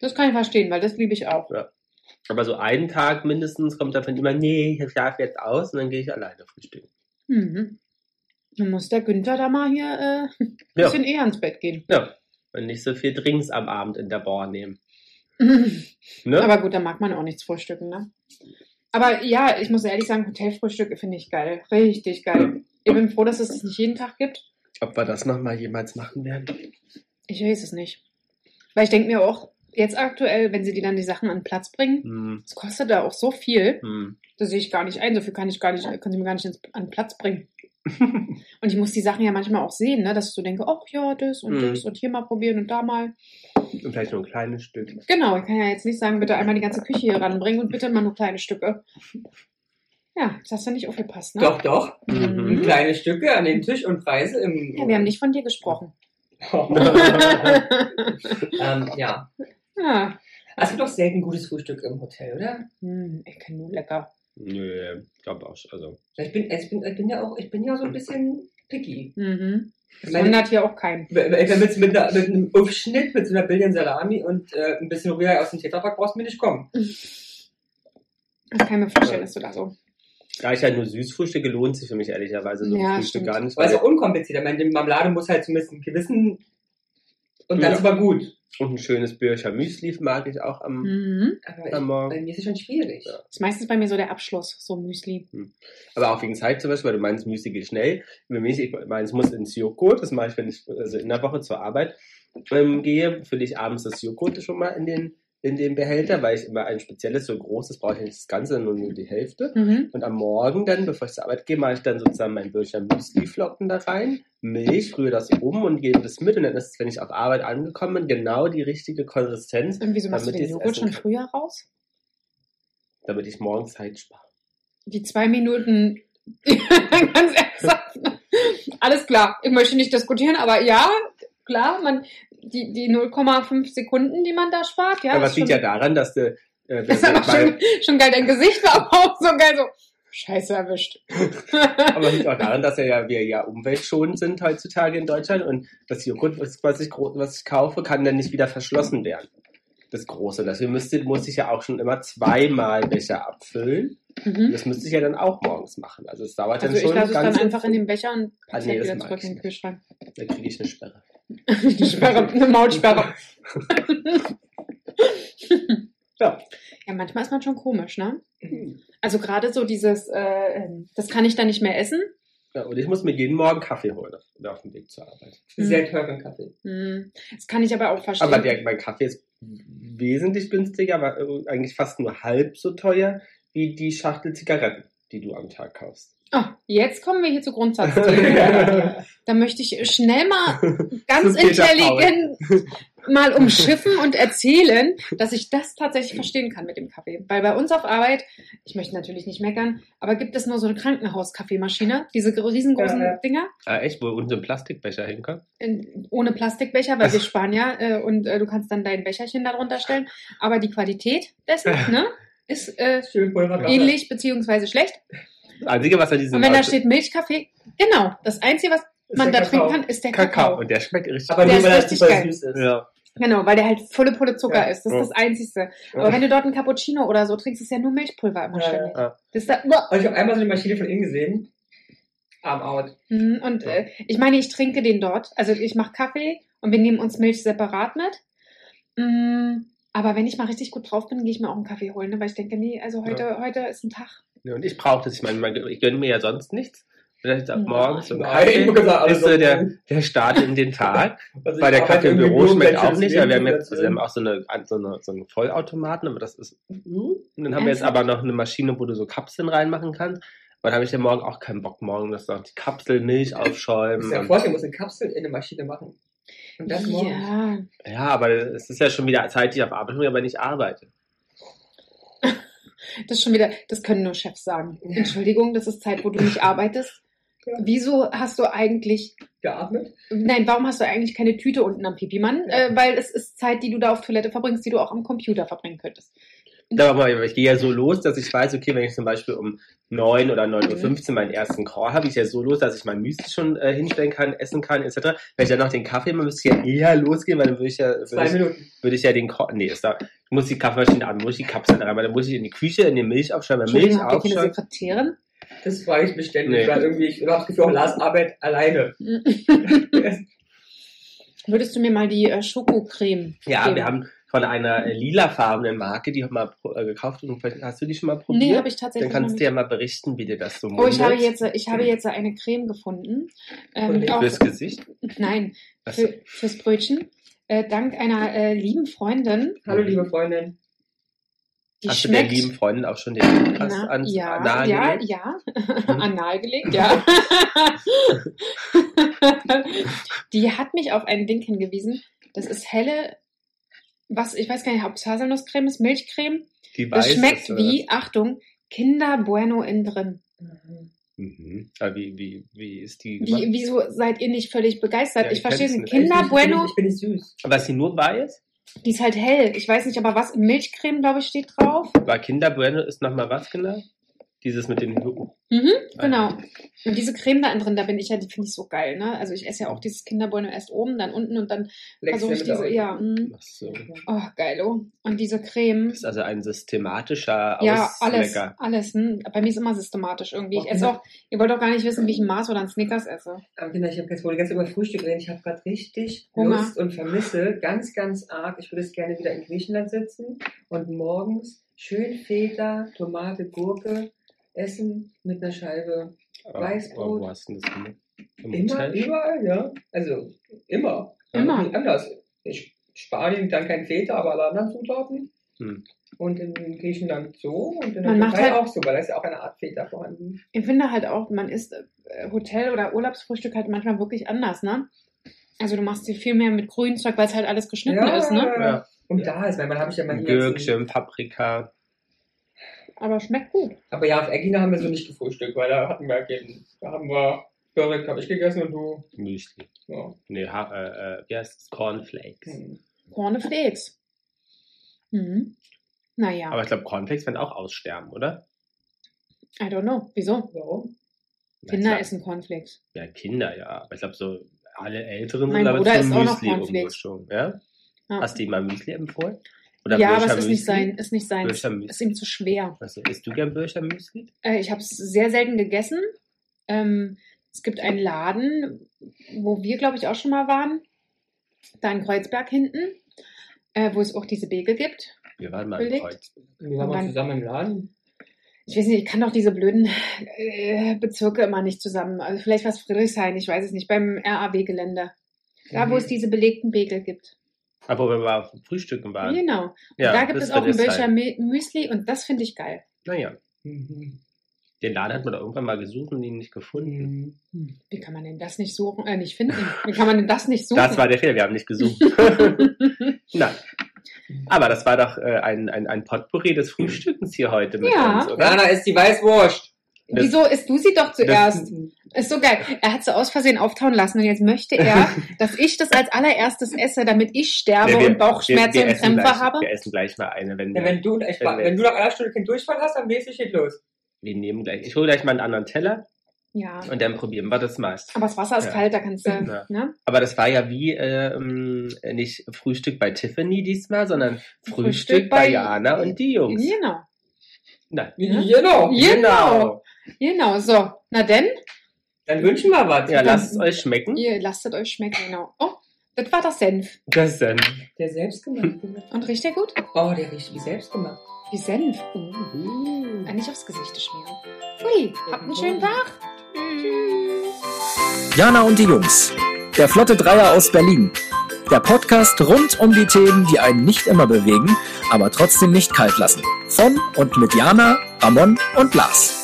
Das kann ich verstehen, weil das liebe ich auch.
Aber so einen Tag mindestens kommt davon immer, nee, ich schlafe jetzt aus und dann gehe ich alleine frühstücken.
Mhm. Dann muss der Günther da mal hier äh, ein
Ja.
bisschen eher ins Bett gehen.
Ja. Und nicht so viel Drinks am Abend in der Bar nehmen. Ne?
Aber gut, da mag man auch nichts frühstücken, ne? Aber ja, ich muss ehrlich sagen, Hotelfrühstück finde ich geil. Richtig geil. Ich bin froh, dass es das nicht jeden Tag gibt.
Ob wir das nochmal jemals machen werden?
Ich weiß es nicht. Weil ich denke mir auch, jetzt aktuell, wenn sie dir dann die Sachen an den Platz bringen,
Hm,
das kostet da auch so viel,
hm.
das sehe ich gar nicht ein. So viel kann ich gar nicht, können sie mir gar nicht ins, an den Platz bringen. und ich muss die Sachen ja manchmal auch sehen, ne? dass ich so denke, ach ja, das und
Mhm.
das und hier mal probieren und da mal.
Und vielleicht nur ein kleines Stück.
Genau, ich kann ja jetzt nicht sagen, bitte einmal die ganze Küche hier ranbringen und bitte immer nur kleine Stücke. Ja, das hast du nicht aufgepasst, ne?
Doch, doch.
Mhm.
Mhm.
Kleine Stücke an den Tisch und Preise im.
Ja, wir haben nicht von dir gesprochen. Ah.
ähm, ja. Also
ja.
Es gibt doch selten gutes Frühstück im Hotel, oder?
Hm, ich kann nur lecker.
Nö, ich glaube auch. Also.
Ich bin, ich, bin, ich bin ja auch, ich bin ja so ein bisschen picky. Also-
Mhm. Das
Hm. Meine-
wundert hier auch keinen.
Wenn wenn du jetzt mit, einer, mit einem Aufschnitt, mit so einer Billion Salami und äh, ein bisschen Rührei aus dem Tetrapack brauchst du mir nicht kommen.
Das kann ich mir vorstellen, dass du da so.
Da ich halt nur Süßfrühstücke lohnt sich für mich ehrlicherweise so ein
Ja,
Frühstück
stimmt.
gar nicht.
Weil es
Weil
auch unkompliziert. Ich meine, die Marmelade muss halt zumindest einen gewissen. Und
Ja.
dann ist aber gut.
oh
und ein schönes Bircher Müsli mag ich auch am,
Mhm.
Aber ich,
am
bei
Morgen.
mir ist es schon schwierig.
Ja.
Ist meistens bei mir so der Abschluss, so Müsli.
Aber auch wegen Zeit zum Beispiel, weil du meinst, Müsli geht schnell. Für mich, ich meins muss ins Joghurt. Das mache ich, wenn ich also in der Woche zur Arbeit ähm, gehe. Fülle ich abends das Joghurt schon mal in den, in den Behälter, weil ich immer ein spezielles, so großes brauche ich nicht das Ganze, sondern nur die Hälfte.
Mhm.
Und am Morgen dann, bevor ich zur Arbeit gehe, mache ich dann sozusagen mein Bircher Müsli-Flocken da rein, Milch, rühre das um und gebe das mit. Und dann ist es, wenn ich auf Arbeit angekommen bin, genau die richtige Konsistenz,
Und wieso machst
Damit
du den
ich's
Joghurt schon
essen kann.
früher raus?
damit ich morgen Zeit spare.
Die zwei Minuten. Ganz ernsthaft. Alles klar. Ich möchte nicht diskutieren, aber ja, klar, man, die, die 0,5 Sekunden, die man da spart, ja.
Aber
ist
es liegt ja
schon-
daran, dass du... Äh,
Das ist aber schon, schon geil. Dein Gesicht war aber auch so geil, so scheiße erwischt.
Aber es liegt auch daran, dass wir ja, wir ja umweltschonend sind heutzutage in Deutschland und das Joghurt, was was ich, gro- was ich kaufe, kann dann nicht wieder verschlossen werden. Das Große. Deswegen müsste, muss ich ja auch schon immer zweimal Becher abfüllen. Und
Mhm.
Das müsste ich ja dann auch morgens machen. Also es dauert
Also
dann
ich
schon
lasse es dann
ganz-
einfach in den Becher und
Ah,
packe
nee,
es
das
wieder
mag
zurück
ich
in den
nicht.
Kühlschrank.
Da kriege ich eine Sperre.
Eine Sperre, eine Mautsperre.
Ja.
Ja, manchmal ist man schon komisch, ne?
Mhm.
Also gerade so dieses, äh, ähm, das kann ich dann nicht mehr essen.
ja. Und ich muss mir jeden Morgen Kaffee holen auf, auf dem Weg zur Arbeit.
Sehr teuren Kaffee.
Hm, Das kann ich aber auch verstehen.
Aber der, mein Kaffee ist wesentlich günstiger, aber äh, eigentlich fast nur halb so teuer wie die Schachtel Zigaretten, die du am Tag kaufst.
Ah, jetzt kommen wir hier zu Grundsatzthemen. da möchte ich schnell mal ganz
Zu Peter
intelligent mal umschiffen und erzählen, dass ich das tatsächlich verstehen kann mit dem Kaffee. Weil bei uns auf Arbeit, ich möchte natürlich nicht meckern, aber gibt es nur so eine Krankenhauskaffeemaschine, diese gro- riesengroßen
Ja, ja.
Dinger,
Ah, echt, wo unten ein Plastikbecher hinkommt?
in, ohne Plastikbecher, weil wir sparen ja äh, und äh, du kannst dann dein Becherchen darunter stellen. Aber die Qualität dessen ne, ist äh,
Schön Pulver
ähnlich beziehungsweise schlecht.
Das Einzige, was an diesem
Und wenn da
Auto-
steht Milchkaffee, genau, das Einzige, was
Ist
man da
der
trinken
Kakao.
kann, ist der Kakao.
Kakao. Und der schmeckt richtig
Aber
Der
nur
ist
weil das
richtig
super
geil.
süß ist.
Ja.
Genau, weil der halt volle Pulle Zucker
Ja.
ist. Das
Ja.
ist das Einzige. Aber wenn du dort einen Cappuccino oder so trinkst, ist ja nur Milchpulver immer
Ja,
ständig.
ja.
Das ist da, uah.
Und ich habe einmal so eine Maschine von innen gesehen. Arm out.
Mhm, und äh, ich meine, ich trinke den dort. Also ich mache Kaffee und wir nehmen uns Milch separat mit. Mm, aber wenn ich mal richtig gut drauf bin, gehe ich mir auch einen Kaffee holen, ne? weil ich denke, nee, also heute, heute ist ein Tag.
Ja, Und ich brauche das. Ich meine, man- ich gönne mir ja sonst nichts. Vielleicht ab
Nein.
morgens und
Nein, ich muss sagen, alles
ist so
so-
der, der Start in den Tag.
Also
Weil der
ich arbeite
Kaffee im
irgendwie
Büro
nur, um
schmeckt
Menschen
auch
das äh.
nicht. Ja, wir haben
Leben
jetzt
zu
also wir haben auch so, eine, so, eine, so einen Vollautomaten, aber das ist.
erzählen.
Und dann haben wir jetzt aber noch eine Maschine, wo du so Kapseln reinmachen kannst. Weil da habe ich ja morgen auch keinen Bock, morgen das noch die Kapsel Milch
Das ist ja
aufschäumen. Und,
vorstellen, du musst eine Kapsel in eine Maschine machen. Und das morgens.
ja,
ja, aber es ist ja schon wieder Zeit, die ich auf Arbeit bin, aber nicht arbeite.
das ist schon wieder, das können nur Chefs sagen. Entschuldigung, das ist Zeit, wo du nicht arbeitest.
Ja.
Wieso hast du eigentlich
Geatmet?
Nein, warum hast du eigentlich keine Tüte unten am Pipi-Mann?
Ja.
Äh, weil es ist Zeit, die du da auf Toilette verbringst, die du auch am Computer verbringen könntest.
Sag mal, ich gehe ja so los, dass ich weiß, okay, wenn ich zum Beispiel um 9 oder
Mhm.
9.15 Uhr meinen ersten Call habe, ich ja so los, dass ich mein Müsli schon äh, hinstellen kann, essen kann, etc. Wenn ich dann noch den Kaffee, man müsste ich ja eher losgehen, weil dann würde ich ja,
Zwei
würde
Minuten.
ich, würde ich ja den Call, nee, ist da, ich muss die Kaffeemaschine an, muss ich die Kapseln rein, weil dann muss ich in die Küche, in die Milch aufschreiben, bei Milch
Entschuldigung, habt ihr keine
aufschreiben.
Sekretärin?
Das frage ich mich ständig,
Nee.
weil irgendwie, ich habe das Gefühl, auch Lars Arbeit alleine.
Hm. Würdest du mir mal die äh, Schokocreme
Ja,
geben?
wir haben von einer äh, lilafarbenen Marke, die haben wir mal pro- äh, gekauft und vielleicht hast du die schon mal probiert?
Nee, habe ich
Dann
tatsächlich
kannst du
noch
ja mal berichten, wie dir das so
nicht. Oh, ich habe,
mundet.
jetzt, äh, ich habe jetzt äh, eine Creme gefunden. Ähm,
Und
auch,
Fürs Gesicht.
nein,
Ach so.
für, fürs Brötchen. Äh, dank einer äh, lieben Freundin,
Hallo, liebe Freundin.
die
Hast du der
schmeckt...
lieben Freundin auch schon den Podcast
Na,
ans
ja,
Anal
ja,
gelegt?
ja,
Hm?
anal gelegt, ja. die hat mich auf ein Ding hingewiesen. Das ist helle, was ich weiß gar nicht, ob es Haselnusscreme ist, Milchcreme.
Die
Das
weiß
schmeckt
es, oder?
wie, Achtung, Kinder Bueno innen drin.
Mhm. Aber wie, wie, wie ist die
Wie,
gemacht?
wieso seid ihr nicht völlig begeistert?
Ja,
ich
ich
verstehe
kenn's
es nicht.
nicht.
Kinder
Also ich,
Bueno,
Ich bin nicht süß.
Was sie nur weiß?
die ist halt hell. Ich weiß nicht, aber was? Milchcreme, glaube ich, steht drauf.
Weil Kinder Bueno ist nochmal was genau? Dieses mit den Hu-
Mhm,
Ah,
genau.
ja.
Und diese Creme da innen drin, da bin ich ja, die finde ich so geil, ne? Also ich esse ja auch dieses Kinderbeune erst oben, dann unten und dann versuche ich diese, ja, mm.
Ach so.
oh, geilo. Und diese Creme,
Das ist also ein systematischer
ja, alles,
Auslecker.
alles, hm. Bei mir ist immer systematisch irgendwie. Ich
Ach,
esse
ne?
auch, ihr wollt doch gar nicht wissen, wie ich ein Mars oder ein Snickers esse.
Aber Kinder, ich habe jetzt wohl ganz über Frühstück reden. Ich habe gerade richtig
Hunger.
Lust und vermisse ganz, ganz arg. Ich würde es gerne wieder in Griechenland sitzen und morgens schön Feta, Tomate, Gurke essen mit einer Scheibe. Weißbrot.
Oh, wo hast du
Ah,
das gemacht? Im
Immer,
Hotel?
überall, ja. Also immer.
Immer.
Nie anders. In Spanien dann kein Feta, aber alle anderen Zutaten.
Hm.
Und in Griechenland so und in der
Man macht
Türkei
halt-
auch so, weil da ist ja auch eine Art Feta vorhanden.
Ich finde halt auch, man isst äh, Hotel- oder Urlaubsfrühstück halt manchmal wirklich anders, ne? Also du machst dir viel mehr mit Grünzeug, weil es halt alles geschnitten ist, ne?
Ja.
Und da ist, weil man habe ich ja mal hier. jetzt-
Gürkchen, Paprika.
Aber schmeckt gut.
Aber ja, auf Egina haben wir so nicht gefrühstückt, weil da hatten wir keinen. Da haben wir Börek habe ich gegessen und du.
Müsli.
Ja.
Nee, ha äh, äh, wie heißt es? Cornflakes.
Hm.
Cornflakes. Mhm. Naja,
Aber ich glaube, Cornflakes werden auch aussterben, oder?
I don't know. Wieso?
Warum?
Kinder
Ja, ich
essen Cornflakes.
glaub- Ja, Kinder, ja. Aber ich glaube, so alle Älteren
Mein
glaub ich,
Bruder
zu
isst auch noch
Müsli
Cornflakes.
umgeschwungen, Ja?
Ja,
Hast du ihm mal Müsli empfohlen?
ja aber
Bircher
es ist nicht sein, ist nicht sein.
Bircher Müsli.
Ist ihm zu schwer.
Also, isst du gern Bircher Müsli?
Äh, ich habe es sehr selten gegessen. Ähm, es gibt einen Laden, wo wir, glaube ich, auch schon mal waren. Da in Kreuzberg hinten, äh, wo es auch diese Bege gibt.
Wir waren mal im
Belegt.
Kreuz.
Wir waren
Wann?
mal zusammen im Laden.
Ich weiß nicht, ich kann doch diese blöden äh, Bezirke immer nicht zusammen. Also vielleicht war es Friedrichshain, ich weiß es nicht, beim RAW-Gelände. Da,
Mhm.
wo es diese belegten Begel gibt.
Aber wir waren auf Frühstücken waren.
Genau.
Ja,
da gibt
das
es auch ein
wird
Bircher
sein.
Mü- Müsli und das finde ich geil.
Naja,
Mhm.
Den Laden hat man doch irgendwann mal gesucht und ihn nicht gefunden.
Wie kann man denn das nicht suchen, äh, nicht finden? Wie kann man denn das nicht suchen?
Das war der Fehler, wir haben nicht gesucht. Nein. Aber das war doch äh, ein, ein, ein Potpourri des Frühstückens hier heute mit
Ja.
uns, oder?
Rana ist die Weißwurst.
Das-
Wieso isst du sie doch zuerst?
Das,
Ist so geil. Er hat sie aus Versehen auftauen lassen und jetzt möchte er, dass ich das als allererstes esse, damit ich sterbe
Nee, wir-
und Bauchschmerzen
wir, wir
und
essen
Krämpfe
gleich,
habe.
Wir essen gleich mal eine, wenn
Ja,
wir,
wenn, du, ich,
Wenn wir-
wenn du nach einer Stunde keinen Durchfall hast, dann mäßig geht los.
wir nehmen gleich. Ich hole gleich mal einen anderen Teller
Ja.
und dann probieren wir das mal.
Aber das Wasser ist
Ja.
kalt, da kannst du,
Ja.
ne?
Aber das war ja wie äh, ähm, nicht Frühstück bei Tiffany diesmal, sondern Frühstück,
Frühstück
bei,
bei-
Jana und die Jungs.
Genau.
Nein.
Ja.
Genau.
Genau. Genau, so. Na denn,
Dann wünschen wir was.
Ja, lasst es euch schmecken.
ihr lasstet euch schmecken, genau. Oh, das war das Senf.
Das denn?
Der selbstgemachte.
Und riecht der gut?
Oh, der riecht wie selbstgemacht.
Wie Senf. Mm. Äh, Nicht aufs Gesicht schmieren. Hui, habt einen schönen Tag. Tschüss.
Jana und die Jungs. Der Flotte Dreier aus Berlin. Der Podcast rund um die Themen, die einen nicht immer bewegen, aber trotzdem nicht kalt lassen. Von und mit Jana, Ramon und Lars.